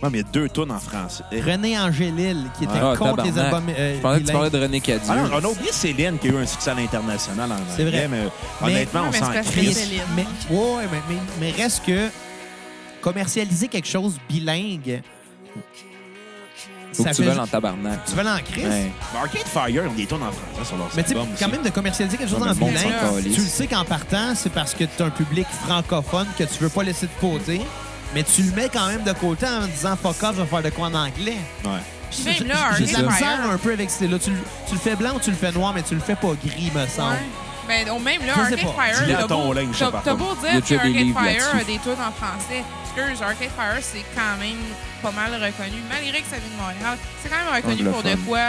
[SPEAKER 1] Ouais, mais il y a deux tonnes en français.
[SPEAKER 2] René Angélil, qui était
[SPEAKER 5] Ah,
[SPEAKER 2] contre les
[SPEAKER 5] tabarnak.
[SPEAKER 2] albums. euh,
[SPEAKER 5] Je pensais que tu
[SPEAKER 2] bilingues.
[SPEAKER 5] parlais de René Cadieux.
[SPEAKER 1] Ah non, on a oublié Céline qui a eu un succès à l'international en anglais.
[SPEAKER 2] C'est vrai.
[SPEAKER 1] Mais, euh,
[SPEAKER 2] Mais-
[SPEAKER 1] honnêtement,
[SPEAKER 4] Non,
[SPEAKER 1] on
[SPEAKER 4] mais c'est
[SPEAKER 1] s'en
[SPEAKER 4] parce que
[SPEAKER 1] crisse.
[SPEAKER 4] Céline-
[SPEAKER 2] Mais, ouais, mais, mais, mais reste que commercialiser quelque chose bilingue.
[SPEAKER 5] Faut que tu
[SPEAKER 2] fait-
[SPEAKER 5] veuilles en tabarnak.
[SPEAKER 2] Tu veux l'en crise?
[SPEAKER 5] Ouais.
[SPEAKER 1] Mais Arcade Fire, ils ont des tonnes en français sur leur
[SPEAKER 2] Mais tu sais,
[SPEAKER 1] album.
[SPEAKER 2] quand même, de commercialiser quelque chose
[SPEAKER 5] Ouais,
[SPEAKER 2] en
[SPEAKER 5] mais le monde
[SPEAKER 2] bilingue,
[SPEAKER 4] s'en
[SPEAKER 5] calisse.
[SPEAKER 2] tu le sais qu'en partant, c'est parce que tu as un public francophone que tu veux pas laisser de côté, mais tu le mets quand même de côté en disant fuck off, je vais faire de quoi en anglais.
[SPEAKER 1] Ouais.
[SPEAKER 4] Puis même là,
[SPEAKER 2] J'ai
[SPEAKER 4] Arcade
[SPEAKER 2] de la
[SPEAKER 4] Fire.
[SPEAKER 2] misère un peu avec ces là. Tu, le- tu le fais blanc ou tu le fais noir, mais tu le fais pas gris, me semble.
[SPEAKER 4] Ouais. Ben, au même là,
[SPEAKER 2] Je sais
[SPEAKER 4] Arcade
[SPEAKER 2] pas.
[SPEAKER 4] Fire,
[SPEAKER 1] Dis-le à
[SPEAKER 4] t'as
[SPEAKER 1] ton
[SPEAKER 4] beau,
[SPEAKER 1] linge,
[SPEAKER 4] t'as-
[SPEAKER 1] par
[SPEAKER 4] t'as
[SPEAKER 1] contre.
[SPEAKER 4] beau
[SPEAKER 5] Il y a
[SPEAKER 4] dire que
[SPEAKER 5] déjà des
[SPEAKER 4] Arcade
[SPEAKER 5] livres
[SPEAKER 4] Fire a
[SPEAKER 5] là-dessus.
[SPEAKER 4] des tunes en français. Excuse, Arcade Fire, c'est quand même pas mal reconnu. Malgré que ça vient de Montréal, c'est quand même reconnu pour de
[SPEAKER 5] Anglophone.
[SPEAKER 4] quoi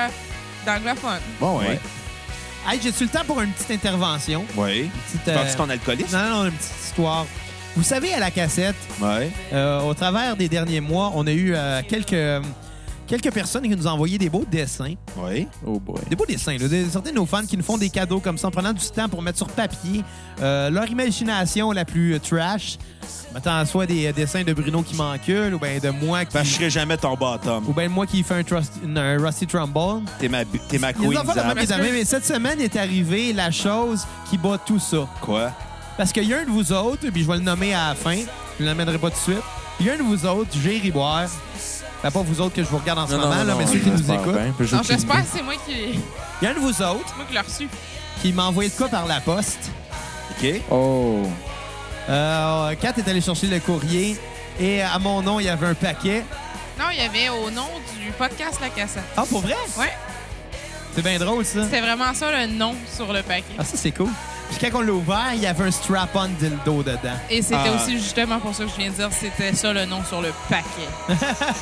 [SPEAKER 4] d'anglophone.
[SPEAKER 1] Bon, ouais.
[SPEAKER 5] Ouais.
[SPEAKER 2] Hey, j'ai-tu le temps pour une petite intervention?
[SPEAKER 1] Ouais.
[SPEAKER 2] Petite,
[SPEAKER 1] Tu
[SPEAKER 2] euh,
[SPEAKER 1] parles de ton alcoolisme?
[SPEAKER 2] Non, non, une petite histoire. Vous savez, à la cassette,
[SPEAKER 1] Ouais.
[SPEAKER 2] euh, au travers des derniers mois, on a eu euh, quelques, quelques personnes qui nous ont envoyé des beaux dessins.
[SPEAKER 1] Ouais.
[SPEAKER 5] Oh boy.
[SPEAKER 2] Des beaux dessins, là. Des- certains de nos fans qui nous font des cadeaux comme ça, en prenant du temps pour mettre sur papier euh, leur imagination la plus euh, trash. Mettant soit des euh, dessins de Bruno qui m'encule, ou bien de moi
[SPEAKER 1] Parce que je
[SPEAKER 2] qui.
[SPEAKER 1] serai jamais ton bottom.
[SPEAKER 2] Ou bien moi qui fait un, trust- une- un Rusty Trombone.
[SPEAKER 1] T'es ma, t'es ma
[SPEAKER 2] Il y
[SPEAKER 1] queen.
[SPEAKER 2] a des enfants de
[SPEAKER 1] Zab.
[SPEAKER 2] même des amis, mais cette semaine est arrivée la chose qui bat tout ça.
[SPEAKER 1] Quoi?
[SPEAKER 2] Parce qu'il y a un de vous autres, puis je vais le nommer à la fin, je ne l'amènerai pas tout de suite. Il y a un de vous autres, Jerry Riboire. Ben, pas vous autres que je vous regarde en ce moment, là, mais ceux qui nous
[SPEAKER 5] j'espère
[SPEAKER 2] écoutent.
[SPEAKER 5] bien. Puis j'ai
[SPEAKER 4] Non,
[SPEAKER 5] aucune
[SPEAKER 4] j'espère
[SPEAKER 5] idée.
[SPEAKER 4] que c'est moi qui
[SPEAKER 2] Il y a un de vous autres
[SPEAKER 4] c'est moi qui l'ai reçu.
[SPEAKER 2] qui m'a envoyé de quoi par la poste.
[SPEAKER 1] OK?
[SPEAKER 5] Oh.
[SPEAKER 2] Euh, Kat est allée chercher le courrier et à mon nom, il y avait un paquet.
[SPEAKER 4] Non, il y avait au nom du podcast La Cassette.
[SPEAKER 2] Ah, pour vrai?
[SPEAKER 4] Ouais,
[SPEAKER 2] C'est bien drôle, ça.
[SPEAKER 4] c'était vraiment ça le nom sur le paquet.
[SPEAKER 2] Ah, ça, c'est cool. Puis quand on l'a ouvert, il y avait un strap-on dildo dedans.
[SPEAKER 4] Et c'était
[SPEAKER 1] Ah.
[SPEAKER 4] aussi justement pour ça que je viens de dire, c'était ça le nom sur le paquet.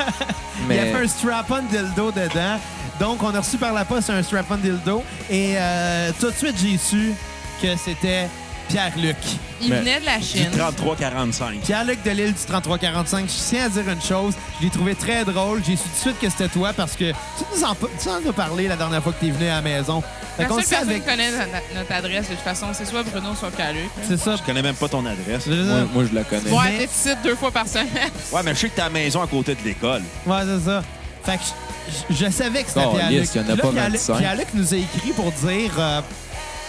[SPEAKER 2] Il y
[SPEAKER 5] Mais
[SPEAKER 2] avait un strap-on dildo dedans. Donc, on a reçu par la poste un strap-on dildo. Et euh, tout de suite, j'ai su que c'était Pierre-Luc.
[SPEAKER 4] Il
[SPEAKER 5] Mais-
[SPEAKER 4] venait de la
[SPEAKER 1] Du
[SPEAKER 4] Chine.
[SPEAKER 1] 33-45.
[SPEAKER 2] Pierre-Luc de l'île du 3345. Je tiens à dire une chose. Je l'ai trouvé très drôle. J'ai su tout de suite que c'était toi parce que tu nous en, tu en as parlé la dernière fois que tu es venu à la maison. Fait
[SPEAKER 4] La
[SPEAKER 2] qu'on
[SPEAKER 4] seule
[SPEAKER 2] sait
[SPEAKER 4] personne
[SPEAKER 2] avec...
[SPEAKER 4] qui connaît no- notre adresse, de toute façon, c'est soit Bruno, soit Caluc.
[SPEAKER 2] C'est ça.
[SPEAKER 1] Je connais même pas ton adresse.
[SPEAKER 2] Je-
[SPEAKER 5] moi, moi, je la connais.
[SPEAKER 4] Moi,
[SPEAKER 2] Mais-
[SPEAKER 4] elle ici deux fois par semaine.
[SPEAKER 1] Ouais, mais je sais que t'es à la maison à côté de l'école.
[SPEAKER 2] Ouais, c'est ça. Fait que je, je- je savais que c'était
[SPEAKER 5] Oh,
[SPEAKER 2] Pierre-Luc.
[SPEAKER 5] yes, il y en a
[SPEAKER 2] Puis là,
[SPEAKER 5] pas
[SPEAKER 2] Pierre-Luc-
[SPEAKER 5] 25.
[SPEAKER 2] Pierre-Luc nous a écrit pour dire euh,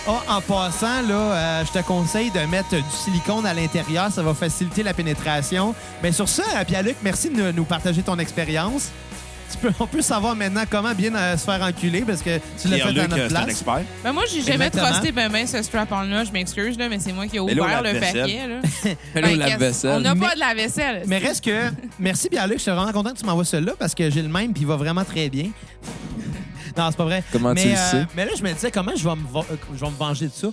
[SPEAKER 2] Ah, en passant, là, euh, je te conseille de mettre du silicone à l'intérieur, ça va faciliter la pénétration. Mais sur ça, euh, Pierre-Luc, merci de nous- nous partager ton expérience. Tu peux- on peut savoir maintenant comment bien euh, se faire enculer parce que tu l'as fait à
[SPEAKER 1] Pierre-Luc,
[SPEAKER 2] notre
[SPEAKER 1] euh, c'est un
[SPEAKER 2] place.
[SPEAKER 1] expert.
[SPEAKER 4] Ben moi, j'ai jamais
[SPEAKER 2] Exactement.
[SPEAKER 4] trusté ben ben ce strap-on-là. Je m'excuse, là, mais c'est moi qui ai
[SPEAKER 1] Mais là, au
[SPEAKER 4] ouvert le
[SPEAKER 1] lave-vaisselle.
[SPEAKER 4] paquet. Là.
[SPEAKER 5] Hello,
[SPEAKER 4] Ben,
[SPEAKER 5] la
[SPEAKER 4] qu'est-ce- On
[SPEAKER 5] vaisselle.
[SPEAKER 4] n'a
[SPEAKER 2] Mais-
[SPEAKER 4] pas de la vaisselle.
[SPEAKER 2] Mais reste que. Merci Pierre-Luc, je suis vraiment content que tu m'envoies celui-là parce que j'ai le même puis il va vraiment très bien. non, c'est pas vrai.
[SPEAKER 5] Comment
[SPEAKER 2] mais,
[SPEAKER 5] tu le
[SPEAKER 2] euh,
[SPEAKER 5] sais?
[SPEAKER 2] Mais là, je me disais, comment je vais me, va- euh, je vais me venger de ça?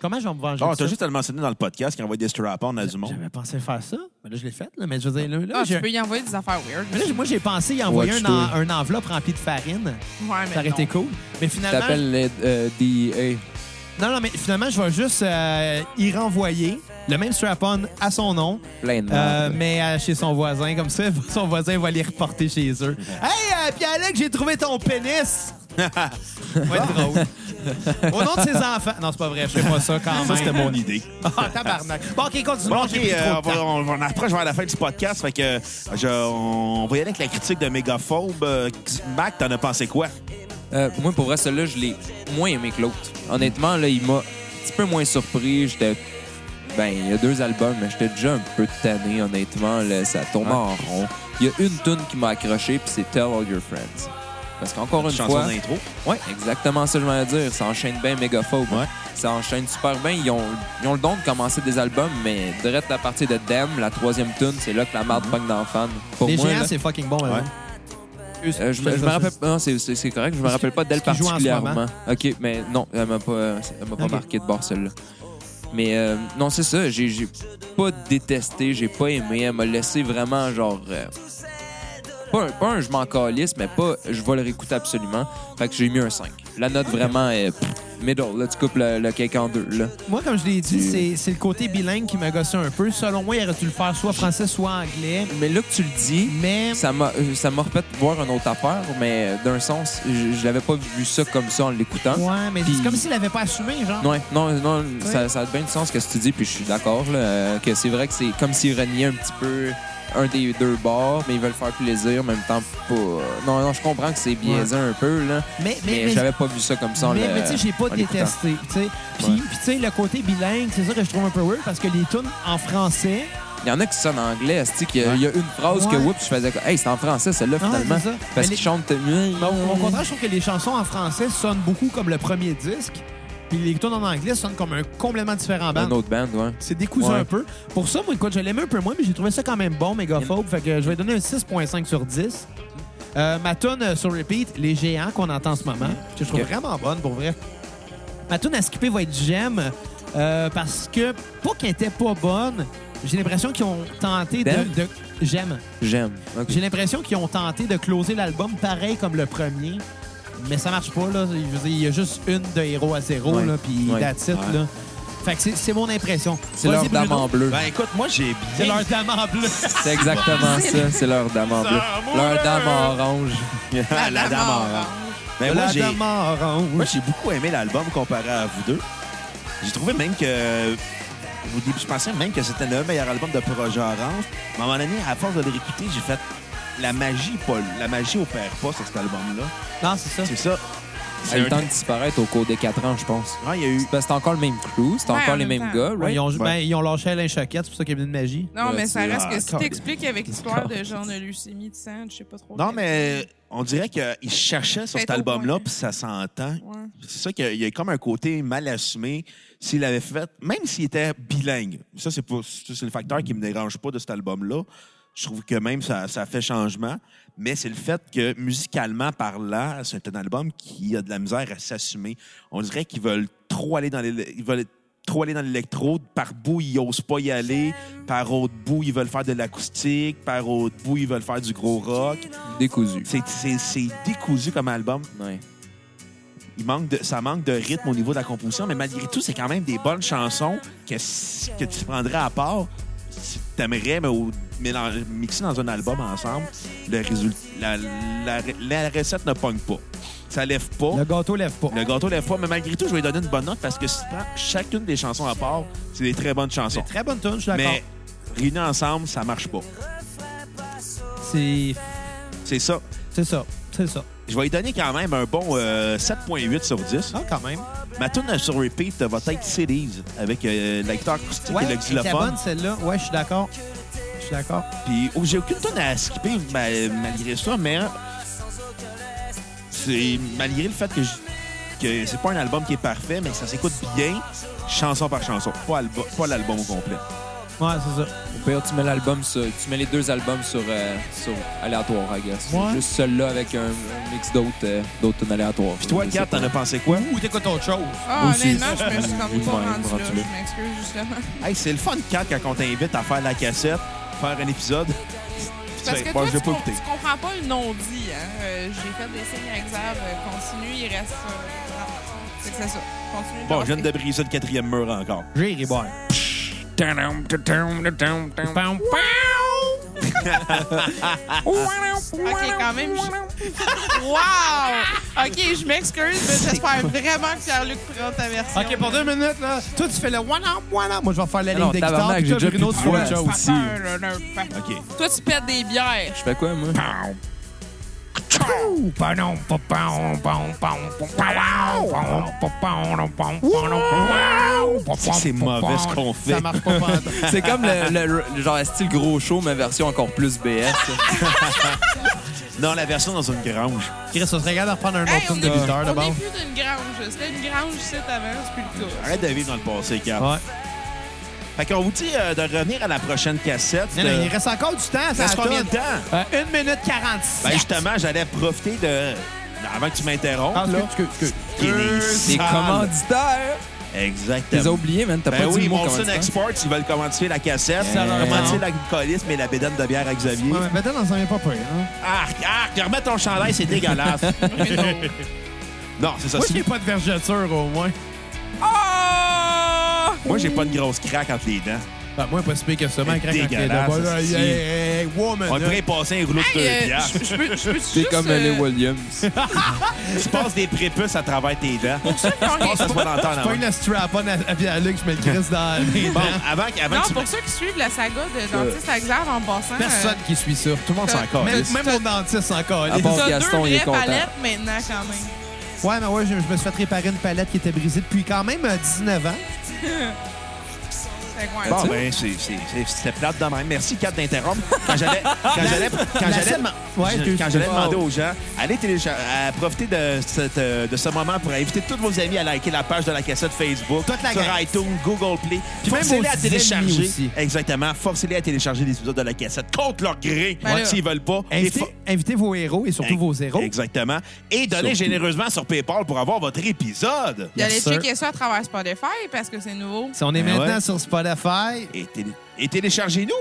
[SPEAKER 2] Comment je vais me venger
[SPEAKER 5] Ah,
[SPEAKER 1] Oh,
[SPEAKER 2] de
[SPEAKER 1] t'as
[SPEAKER 2] ça?
[SPEAKER 1] juste à le mentionner dans le podcast qui envoie des strap-ons à du monde.
[SPEAKER 2] J'avais pensé faire ça, mais là, je l'ai fait. là. mais je veux dire, là, là,
[SPEAKER 4] Ah,
[SPEAKER 2] j'ai-
[SPEAKER 4] tu peux y envoyer des affaires weird.
[SPEAKER 2] mais là, j'ai- moi, j'ai pensé y envoyer
[SPEAKER 5] Ouais, tu
[SPEAKER 2] un, en- un enveloppe remplie de farine.
[SPEAKER 4] Ouais, mais
[SPEAKER 2] Ça aurait été
[SPEAKER 4] non.
[SPEAKER 2] cool. Mais finalement,
[SPEAKER 5] T'appelles les euh, DEA.
[SPEAKER 2] non, non, mais finalement, je vais juste euh, y renvoyer le même strap-on à son nom,
[SPEAKER 5] Plein de
[SPEAKER 2] Euh,
[SPEAKER 5] merde.
[SPEAKER 2] mais euh, chez son voisin, comme ça, son voisin va les reporter chez eux. Hey, euh, Pierre-Luc, j'ai trouvé ton pénis! Ça va être drôle. Au nom de ses enfants. Non, c'est pas vrai, je fais pas ça quand même.
[SPEAKER 1] Ça, c'était mon idée.
[SPEAKER 2] Ah, tabarnak. Bon, OK, continue.
[SPEAKER 1] Bon,
[SPEAKER 2] Bon,
[SPEAKER 1] OK,
[SPEAKER 2] j'ai pris
[SPEAKER 1] euh,
[SPEAKER 2] trop
[SPEAKER 1] on,
[SPEAKER 2] de temps.
[SPEAKER 1] va, on, on approche vers la fin du podcast. Fait que euh, je- on, on va y aller avec la critique de Mégaphobe. Euh, Mac, t'en as pensé quoi?
[SPEAKER 5] Euh, moi, pour vrai, celui-là, je l'ai moins aimé que l'autre. Honnêtement, là, il m'a un petit peu moins surpris. J'étais. Ben, il y a deux albums, mais j'étais déjà un peu tanné, honnêtement. Là, ça tournait en rond. Il y a une tune qui m'a accroché, puis c'est Tell All Your Friends. Parce qu'encore une
[SPEAKER 1] Chanson
[SPEAKER 5] fois.
[SPEAKER 1] d'intro.
[SPEAKER 5] Ouais, exactement ça, je voulais dire. Ça enchaîne bien mégaphobe.
[SPEAKER 1] Ouais.
[SPEAKER 5] Ça enchaîne super bien. Ils ont, ils ont le don de commencer des albums, mais direct à partir de Dem, la troisième tune, c'est là que la
[SPEAKER 1] Mm-hmm.
[SPEAKER 5] marde pogne dans le fan. Pour
[SPEAKER 2] Les
[SPEAKER 5] moi,
[SPEAKER 2] géants,
[SPEAKER 5] là,
[SPEAKER 2] c'est fucking bon, là.
[SPEAKER 1] Ouais.
[SPEAKER 5] euh, je, me- je me rappelle pas. Non, c'est- c'est c'est correct. Je me
[SPEAKER 2] Est-ce
[SPEAKER 5] rappelle
[SPEAKER 2] que-
[SPEAKER 5] pas d'elle
[SPEAKER 2] est-ce qu'il joue en ce
[SPEAKER 5] particulièrement.
[SPEAKER 2] moment?
[SPEAKER 5] OK, mais non, elle m'a pas, euh, elle m'a pas
[SPEAKER 2] Ok.
[SPEAKER 5] marqué de bord celle-là. Mais euh, non, c'est ça. J'ai j'ai pas détesté, j'ai pas aimé. Elle m'a laissé vraiment genre. euh, pas, un, pas un je m'en calisse, mais pas je vais le réécouter absolument. Fait que j'ai mis un 5. La note vraiment est pff, middle. Là, tu coupes le, le cake en deux. Là.
[SPEAKER 2] Moi, comme je l'ai dit,
[SPEAKER 5] Tu-
[SPEAKER 2] c'est- c'est le côté bilingue qui m'a gossé un peu. Selon moi, il aurait dû le faire soit français, soit anglais.
[SPEAKER 5] Mais là que tu le dis,
[SPEAKER 2] Mais
[SPEAKER 5] ça m'a euh, ça m'a refait voir une autre affaire, mais euh, d'un sens, je, je l'avais pas vu ça comme ça en l'écoutant.
[SPEAKER 2] Ouais, mais
[SPEAKER 5] Puis-
[SPEAKER 2] c'est comme s'il l'avait pas assumé, genre.
[SPEAKER 5] Ouais, non, non,
[SPEAKER 2] Oui.
[SPEAKER 5] ça, ça a bien du sens ce que tu dis, puis je suis d'accord, là, euh, que c'est vrai que c'est comme s'il reniait un petit peu un des deux bords, mais ils veulent faire plaisir, en même temps pas. Non, non, je comprends que c'est biaisé un peu, là.
[SPEAKER 2] Mais, mais,
[SPEAKER 5] Mais,
[SPEAKER 2] mais-
[SPEAKER 5] j'avais pas vu ça comme ça. en
[SPEAKER 2] mais,
[SPEAKER 5] le-
[SPEAKER 2] mais tu sais, j'ai pas
[SPEAKER 5] en l'écoutant.
[SPEAKER 2] détesté. tu sais. Puis,
[SPEAKER 5] Ouais.
[SPEAKER 2] puis tu sais, le côté bilingue, c'est ça que je trouve un peu weird parce que les tunes en français.
[SPEAKER 5] Il y en a qui sonnent en anglais, tu qu'il y, a-
[SPEAKER 2] Ouais.
[SPEAKER 5] il y a une phrase que
[SPEAKER 2] Ouais.
[SPEAKER 5] oups, je faisais comme, hey, c'est en français celle-là
[SPEAKER 2] Ah ouais,
[SPEAKER 5] finalement.
[SPEAKER 2] c'est ça. Mais
[SPEAKER 5] Parce
[SPEAKER 2] les-
[SPEAKER 5] qu'ils chantent.
[SPEAKER 2] Au au contraire, je trouve que les chansons en français sonnent beaucoup comme le premier disque. Puis les tunes en anglais sonnent comme un complètement différent band.
[SPEAKER 5] un autre band, ouais.
[SPEAKER 2] C'est décousé
[SPEAKER 5] Ouais.
[SPEAKER 2] un peu. Pour ça, moi, écoute, je l'aimais un peu moins, mais j'ai trouvé ça quand même bon, mégaphobe. Fait que je vais donner un 6.5 sur 10. Euh, ma tune euh, sur repeat, Les Géants qu'on entend en ce moment, que je trouve
[SPEAKER 5] Mm-hmm. Ok.
[SPEAKER 2] vraiment bonne, pour vrai. Ma tune à skipper va être J'aime, euh, parce que, pas qu'elle était pas bonne, j'ai l'impression qu'ils ont tenté de...
[SPEAKER 5] Damn.
[SPEAKER 2] de- J'aime.
[SPEAKER 5] J'aime. Ok.
[SPEAKER 2] J'ai l'impression qu'ils ont tenté de closer l'album pareil comme le premier, mais ça marche pas. Là. Je veux dire, il y a juste une de héros à zéro,
[SPEAKER 5] Ouais.
[SPEAKER 2] là, puis
[SPEAKER 5] Ouais.
[SPEAKER 2] that's it,
[SPEAKER 1] Ouais.
[SPEAKER 2] là. Fait que c'est- c'est mon impression.
[SPEAKER 5] C'est
[SPEAKER 2] Vas-y,
[SPEAKER 5] leur dame
[SPEAKER 2] Bruno.
[SPEAKER 5] en bleu.
[SPEAKER 1] Ben écoute, moi j'ai bien.
[SPEAKER 2] C'est leur dame en bleu.
[SPEAKER 5] C'est exactement ça. C'est leur dame en bleu. Leur dame en orange.
[SPEAKER 1] la, dame en orange. Ben, moi,
[SPEAKER 2] la
[SPEAKER 1] j'ai-
[SPEAKER 2] dame en
[SPEAKER 1] Moi,
[SPEAKER 2] orange.
[SPEAKER 1] j'ai beaucoup aimé l'album comparé à vous deux. J'ai trouvé même que. Au début, je pensais même que c'était le meilleur album de Projet Orange. Mais à un moment donné, à force de le réécouter, j'ai fait. La magie, Paul. La magie opère pas sur cet album-là.
[SPEAKER 2] Non, c'est ça.
[SPEAKER 1] C'est ça. C'est
[SPEAKER 5] Elle a eu
[SPEAKER 1] un-
[SPEAKER 5] le temps de disparaître au cours des 4 ans, je pense.
[SPEAKER 1] Ouais, il y a eu.
[SPEAKER 5] Ben, C'est parce que c'est encore le même crew, c'est
[SPEAKER 4] Ouais,
[SPEAKER 5] encore
[SPEAKER 4] en
[SPEAKER 5] les
[SPEAKER 4] même
[SPEAKER 5] mêmes
[SPEAKER 4] temps.
[SPEAKER 5] gars,
[SPEAKER 2] Ouais,
[SPEAKER 5] right?
[SPEAKER 2] ils, ont, ben,
[SPEAKER 5] Ouais.
[SPEAKER 2] ils ont lâché Alain Choquette, c'est pour ça qu'il y a venu de magie.
[SPEAKER 4] Non, mais ça
[SPEAKER 5] Ouais,
[SPEAKER 4] reste
[SPEAKER 1] ah,
[SPEAKER 4] que si
[SPEAKER 2] calme.
[SPEAKER 4] t'expliques avec l'histoire de genre de leucémie de sang, je sais pas trop.
[SPEAKER 1] Non,
[SPEAKER 4] quel-
[SPEAKER 1] mais euh, on dirait qu'il cherchait sur
[SPEAKER 4] Peut-être
[SPEAKER 1] cet
[SPEAKER 4] au
[SPEAKER 1] album-là,
[SPEAKER 4] point.
[SPEAKER 1] puis ça s'entend.
[SPEAKER 4] Ouais.
[SPEAKER 1] C'est ça qu'il y a- il y a comme un côté mal assumé. S'il avait fait, même s'il était bilingue, ça, c'est pas- ça, c'est le facteur qui me dérange pas de cet album-là. Je trouve que même ça, ça fait changement. Mais c'est le fait que, musicalement parlant, c'est un album qui a de la misère à s'assumer. On dirait qu'ils veulent trop aller dans les, ils veulent trop aller dans l'électro. Par bout, ils osent pas y aller. Par autre bout, ils veulent faire de l'acoustique. Par autre bout, ils veulent faire du gros rock.
[SPEAKER 5] Décousu.
[SPEAKER 1] C'est- C'est c'est décousu comme album.
[SPEAKER 5] Ouais.
[SPEAKER 1] Il manque de, ça manque de rythme au niveau de la composition, mais malgré tout, c'est quand même des bonnes chansons que, si- que tu prendrais à part, si t'aimerais mais au- mélange- mixer dans un album ensemble, le résultat, la, la- la recette ne pogne pas. Ça lève pas.
[SPEAKER 2] Le gâteau lève pas.
[SPEAKER 1] Le gâteau lève pas, mais malgré tout, je vais lui donner une bonne note parce que si tu prends chacune des chansons à part, c'est des très bonnes chansons.
[SPEAKER 2] Très bonne tune, je suis d'accord.
[SPEAKER 1] Mais réunis ensemble, ça marche pas.
[SPEAKER 2] C'est
[SPEAKER 1] C'est ça.
[SPEAKER 2] c'est ça. C'est ça.
[SPEAKER 1] Je vais lui donner quand même un bon euh, 7.8 sur 10.
[SPEAKER 2] Ah, quand même.
[SPEAKER 1] Ma tune sur repeat va être Cities avec euh, la guitare acoustique
[SPEAKER 2] Ouais,
[SPEAKER 1] et le
[SPEAKER 2] c'est la bonne,
[SPEAKER 1] xylophone.
[SPEAKER 2] celle-là. Ouais, je suis d'accord. Je suis d'accord.
[SPEAKER 1] Puis oh, j'ai aucune tune à skipper ma- malgré ça, mais c'est malgré le fait que je- que c'est pas un album qui est parfait, mais que ça s'écoute bien, chanson par chanson, pas, albu- pas l'album au complet.
[SPEAKER 2] Ouais, c'est ça.
[SPEAKER 5] Au pire, tu mets l'album sur, tu mets les deux albums sur, euh, sur aléatoire, I guess.
[SPEAKER 2] Ouais.
[SPEAKER 5] Juste celui-là avec un, un mix d'autres, euh, d'autres tunes aléatoires.
[SPEAKER 1] Puis toi, Kat, t'en as pensé quoi?
[SPEAKER 2] Ou t'écoutes autre chose.
[SPEAKER 4] Ah,
[SPEAKER 5] Moi aussi.
[SPEAKER 4] honnêtement, je me suis
[SPEAKER 5] Oui,
[SPEAKER 4] comme pas
[SPEAKER 5] ouais,
[SPEAKER 4] rendu là.
[SPEAKER 5] rendu
[SPEAKER 4] Je
[SPEAKER 5] là.
[SPEAKER 4] m'excuse justement.
[SPEAKER 1] Mm-hmm. Hey, c'est le fun, Kat, quand on t'invite à faire la cassette, faire un épisode.
[SPEAKER 4] Parce que
[SPEAKER 1] Bon,
[SPEAKER 4] toi,
[SPEAKER 1] je
[SPEAKER 4] tu,
[SPEAKER 1] vais pas
[SPEAKER 4] com-
[SPEAKER 1] écouter.
[SPEAKER 4] tu comprends pas le non-dit. Hein? Euh, J'ai fait des signes à Xav. euh, continue, il reste... euh, non. C'est que c'est ça. Continue.
[SPEAKER 1] Bon, je viens de briser le quatrième mur encore.
[SPEAKER 2] J'ai ri boire.
[SPEAKER 4] OK, quand même. je- wow! OK, je m'excuse, mais j'espère vraiment que Pierre-Luc prend ta version.
[SPEAKER 1] Ah,
[SPEAKER 2] OK, pour deux minutes, là, toi, tu fais le one-up, one-up. Moi, je vais faire la ligne
[SPEAKER 5] Non,
[SPEAKER 2] des guitares.
[SPEAKER 5] tabarnak,
[SPEAKER 2] puis
[SPEAKER 5] j'ai
[SPEAKER 2] toi,
[SPEAKER 5] déjà
[SPEAKER 2] Bruno,
[SPEAKER 5] plus
[SPEAKER 2] tu
[SPEAKER 5] de
[SPEAKER 2] fais
[SPEAKER 5] voix.
[SPEAKER 2] autre chose.
[SPEAKER 4] Pas peur, là, non, pas-
[SPEAKER 1] OK.
[SPEAKER 4] Toi, tu pètes des bières.
[SPEAKER 5] Je fais quoi, moi?
[SPEAKER 1] C'est mauvais ce qu'on fait.
[SPEAKER 2] Ça marche pas pendant.
[SPEAKER 5] C'est comme le, le- le genre style gros show, mais version encore plus BS.
[SPEAKER 1] Non, la version dans une grange.
[SPEAKER 2] Chris, on se regarde à reprendre un
[SPEAKER 4] Hey,
[SPEAKER 2] autre
[SPEAKER 4] on
[SPEAKER 2] film
[SPEAKER 4] est
[SPEAKER 2] de lutteur,
[SPEAKER 4] on
[SPEAKER 2] d'abord.
[SPEAKER 4] est plus d'une grange. C'était une grange c'est avant, c'est plus le cas.
[SPEAKER 1] Arrête de vivre dans le passé, Kat.
[SPEAKER 2] Ouais.
[SPEAKER 1] Fait qu'on vous dit euh, de revenir à la prochaine cassette.
[SPEAKER 2] Non, non,
[SPEAKER 1] Euh,
[SPEAKER 2] il reste encore du temps. Ça
[SPEAKER 1] reste
[SPEAKER 2] la
[SPEAKER 1] combien de
[SPEAKER 2] tonne.
[SPEAKER 1] temps?
[SPEAKER 2] Euh, 1 minute 46.
[SPEAKER 1] Ben justement, j'allais profiter de... Avant que tu m'interrompes,
[SPEAKER 2] Ah,
[SPEAKER 1] là.
[SPEAKER 2] excuse, excuse, excuse.
[SPEAKER 1] T'es né
[SPEAKER 5] Des
[SPEAKER 1] sale.
[SPEAKER 5] commanditaires. T'es
[SPEAKER 1] Exactement.
[SPEAKER 5] oublié, man. T'as
[SPEAKER 1] Ben
[SPEAKER 5] pas dit
[SPEAKER 1] oui,
[SPEAKER 5] le mot
[SPEAKER 1] Monson
[SPEAKER 5] commanditaire.
[SPEAKER 1] Exports, ils veulent commencer la cassette,
[SPEAKER 2] Ça leur
[SPEAKER 1] commencer
[SPEAKER 2] tente.
[SPEAKER 1] l'alcoolisme et la bédane de bière à Xavier.
[SPEAKER 2] Ouais, mais maintenant, on s'en vient pas pire. Hein?
[SPEAKER 1] Arc, arc, remets ton chandail, c'est dégueulasse. non, c'est ça.
[SPEAKER 2] Moi,
[SPEAKER 1] Si-
[SPEAKER 2] j'ai pas de vergeture, au moins.
[SPEAKER 4] Oh!
[SPEAKER 1] Moi, j'ai pas de grosse craque entre les dents.
[SPEAKER 6] Ben, moi, pas si pire que ça, mais craque les
[SPEAKER 1] Dégueulasse,
[SPEAKER 6] deux balles. Hey,
[SPEAKER 1] c'est-
[SPEAKER 6] hey, hey, woman!
[SPEAKER 1] On
[SPEAKER 2] hein.
[SPEAKER 1] pourrait y passer un rouleau de
[SPEAKER 4] Hey,
[SPEAKER 1] deux
[SPEAKER 4] euh,
[SPEAKER 1] piastres.
[SPEAKER 4] je- je peux- je peux
[SPEAKER 5] C'est
[SPEAKER 4] juste,
[SPEAKER 5] comme
[SPEAKER 4] euh,
[SPEAKER 5] les Williams.
[SPEAKER 1] Tu passes des prépuces à travers tes dents.
[SPEAKER 4] ceux qui ont rien-
[SPEAKER 1] Ça se voit dans le temps, là.
[SPEAKER 6] Pas une strap-on à, à Pierre-Luc, je me le crisse dans les
[SPEAKER 1] Bon,
[SPEAKER 6] dents.
[SPEAKER 1] avant, que- avant
[SPEAKER 4] Non,
[SPEAKER 1] que tu
[SPEAKER 4] pour ceux qui suivent la saga de
[SPEAKER 1] Euh.
[SPEAKER 4] Dentiste à Xav en passant,
[SPEAKER 6] Personne qui suit ça. Tout le monde
[SPEAKER 1] penses encore.
[SPEAKER 6] Même, même mon dentiste encore.
[SPEAKER 5] Ah
[SPEAKER 4] euh,
[SPEAKER 5] bon?
[SPEAKER 4] t'as
[SPEAKER 5] Gaston, il
[SPEAKER 4] deux
[SPEAKER 5] est
[SPEAKER 4] vraies
[SPEAKER 5] content.
[SPEAKER 4] palettes maintenant quand même.
[SPEAKER 6] Ouais, mais ouais, je, je me suis fait réparer une palette qui était brisée depuis quand même euh, 19 ans.
[SPEAKER 4] Fait que ouais,
[SPEAKER 1] Bon,
[SPEAKER 4] tu-
[SPEAKER 1] ben, c'est- c'est- c'est- c'était plate de même. Merci, Kat, d'interrompre. Quand j'allais quand j'allais- quand j'allais deman-
[SPEAKER 6] Ouais,
[SPEAKER 1] je-
[SPEAKER 6] excuse-moi.
[SPEAKER 1] quand j'allais demander aux gens, allez télécharger, à profiter de, cette, euh, de ce moment pour inviter tous vos amis à liker la page de la cassette Facebook,
[SPEAKER 6] Toute la
[SPEAKER 1] sur
[SPEAKER 6] gang.
[SPEAKER 1] iTunes, Google Play. Puis
[SPEAKER 6] même
[SPEAKER 1] forcez-les
[SPEAKER 6] vos
[SPEAKER 1] à
[SPEAKER 6] amis
[SPEAKER 1] télécharger.
[SPEAKER 6] aussi.
[SPEAKER 1] Exactement. Forcez-les à télécharger les épisodes de la cassette contre leur gré
[SPEAKER 4] Ben là.
[SPEAKER 1] s'ils veulent pas. Et
[SPEAKER 6] Invitez,
[SPEAKER 1] fo-
[SPEAKER 6] invitez vos héros et surtout
[SPEAKER 1] Ex-
[SPEAKER 6] vos héros.
[SPEAKER 1] Exactement. Et donnez généreusement sur PayPal pour avoir votre épisode.
[SPEAKER 4] Puis allez
[SPEAKER 6] Yes, sir.
[SPEAKER 4] checker ça à travers Spotify parce que c'est nouveau.
[SPEAKER 6] Si on est
[SPEAKER 1] Ben
[SPEAKER 6] maintenant
[SPEAKER 1] ouais.
[SPEAKER 6] sur Spotify,
[SPEAKER 1] Et, télé- et téléchargez-nous.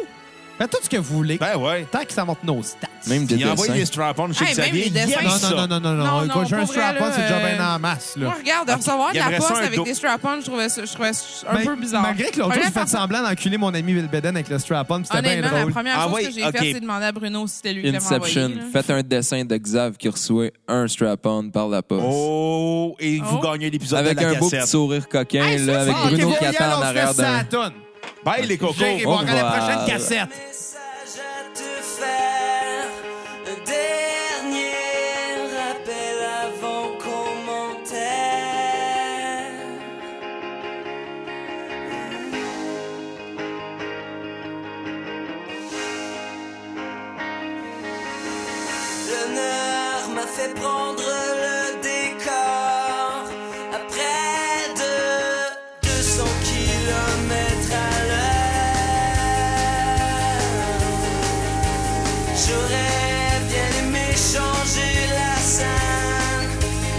[SPEAKER 6] faites tout ce que vous voulez.
[SPEAKER 1] Ben ouais.
[SPEAKER 6] Tant que ça monte nos stats.
[SPEAKER 5] Même des
[SPEAKER 1] Il a envoyé
[SPEAKER 5] dessins.
[SPEAKER 1] des strap-ons chez
[SPEAKER 4] Hey, même
[SPEAKER 1] Xavier.
[SPEAKER 4] les
[SPEAKER 1] Il
[SPEAKER 4] dessins.
[SPEAKER 1] aime
[SPEAKER 6] Non,
[SPEAKER 1] ça.
[SPEAKER 6] non, non, non, non, non.
[SPEAKER 4] Non,
[SPEAKER 6] Écoute,
[SPEAKER 4] non,
[SPEAKER 6] j'ai un
[SPEAKER 4] pour vrai,
[SPEAKER 6] strap-on,
[SPEAKER 4] là,
[SPEAKER 6] c'est déjà
[SPEAKER 4] euh,
[SPEAKER 6] bien en masse, là.
[SPEAKER 4] Moi, regarde, recevoir de la
[SPEAKER 1] J'aimerais ça
[SPEAKER 4] poste
[SPEAKER 1] un
[SPEAKER 4] avec
[SPEAKER 1] dos.
[SPEAKER 4] des strap-ons, je trouvais ça, je trouvais ça un
[SPEAKER 6] Ben,
[SPEAKER 4] peu bizarre.
[SPEAKER 6] Malgré que l'autre jour, j'ai
[SPEAKER 4] Honnêtement,
[SPEAKER 6] fait semblant d'enculer mon ami Will Beden avec le strap-on, puis c'était bien
[SPEAKER 4] Honnêtement, la
[SPEAKER 6] drôle.
[SPEAKER 4] première
[SPEAKER 1] Ah
[SPEAKER 4] chose
[SPEAKER 1] oui,
[SPEAKER 4] que j'ai
[SPEAKER 1] ok.
[SPEAKER 4] faite, c'est demander à Bruno si c'était lui qui l'avait envoyé.
[SPEAKER 5] Inception.
[SPEAKER 4] là.
[SPEAKER 5] Faites un dessin de Xav qui reçoit un strap-on par la poste.
[SPEAKER 1] Oh, et vous
[SPEAKER 4] Oh.
[SPEAKER 1] gagnez l'épisode
[SPEAKER 5] Avec
[SPEAKER 1] de la
[SPEAKER 5] un beau petit
[SPEAKER 1] cassette.
[SPEAKER 5] sourire coquin,
[SPEAKER 4] Hey, ça,
[SPEAKER 5] là,
[SPEAKER 4] c'est-
[SPEAKER 5] avec
[SPEAKER 4] Ah, ok,
[SPEAKER 5] Bruno
[SPEAKER 4] bon,
[SPEAKER 5] qui attend en arrière d'un.
[SPEAKER 1] Bye les cocos.
[SPEAKER 6] J'ai
[SPEAKER 5] on
[SPEAKER 6] voir à la
[SPEAKER 5] va-
[SPEAKER 6] prochaine cassette.
[SPEAKER 3] message à te faire. Un dernier rappel avant commentaire. L'honneur m'a fait prendre le décor à près de 200 km à l'heure. J'aurais bien aimé changer la scène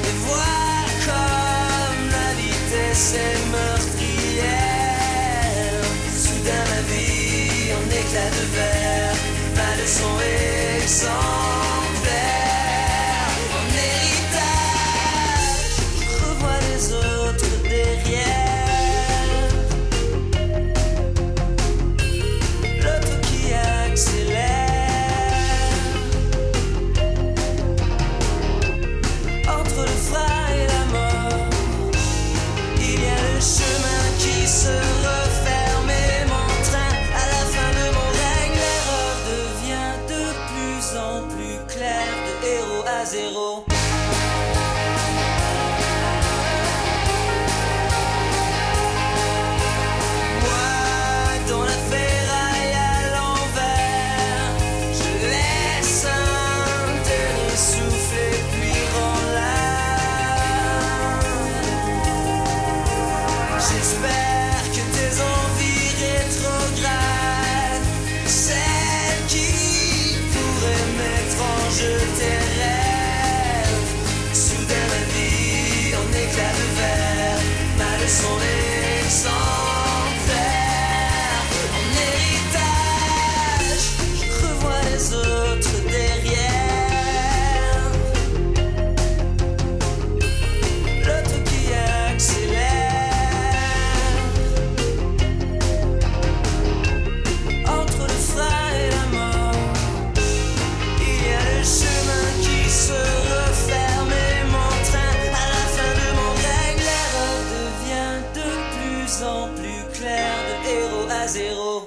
[SPEAKER 3] et voir comme la vitesse est meurtrière. Soudain la vie en éclat de verre, ma leçon exemplaire. Mon héritage, je revois les autres derrière. L'autre qui accélère Entre le froid et la mort Il y a le chemin qui se referme Et mon train à la fin de mon règne L'erreur devient de plus en plus claire De héros à zéro Moi, dans la ferraille à l'envers, je laisse un dernier souffle et puis rends l'âme. J'espère que tes envies rétrogrades, celles qui pourraient mettre en jeu tes rêves, soudain ma vie en éclat de verre, ma leçon exemplaire. Mon héritage, je revois les autres derrière. L'autre qui accélère. Entre le frein et la mort. Il y a le chemin qui se referme et mon train à la fin de mon règne. L'erreur devient de plus en plus claire de héros à zéro.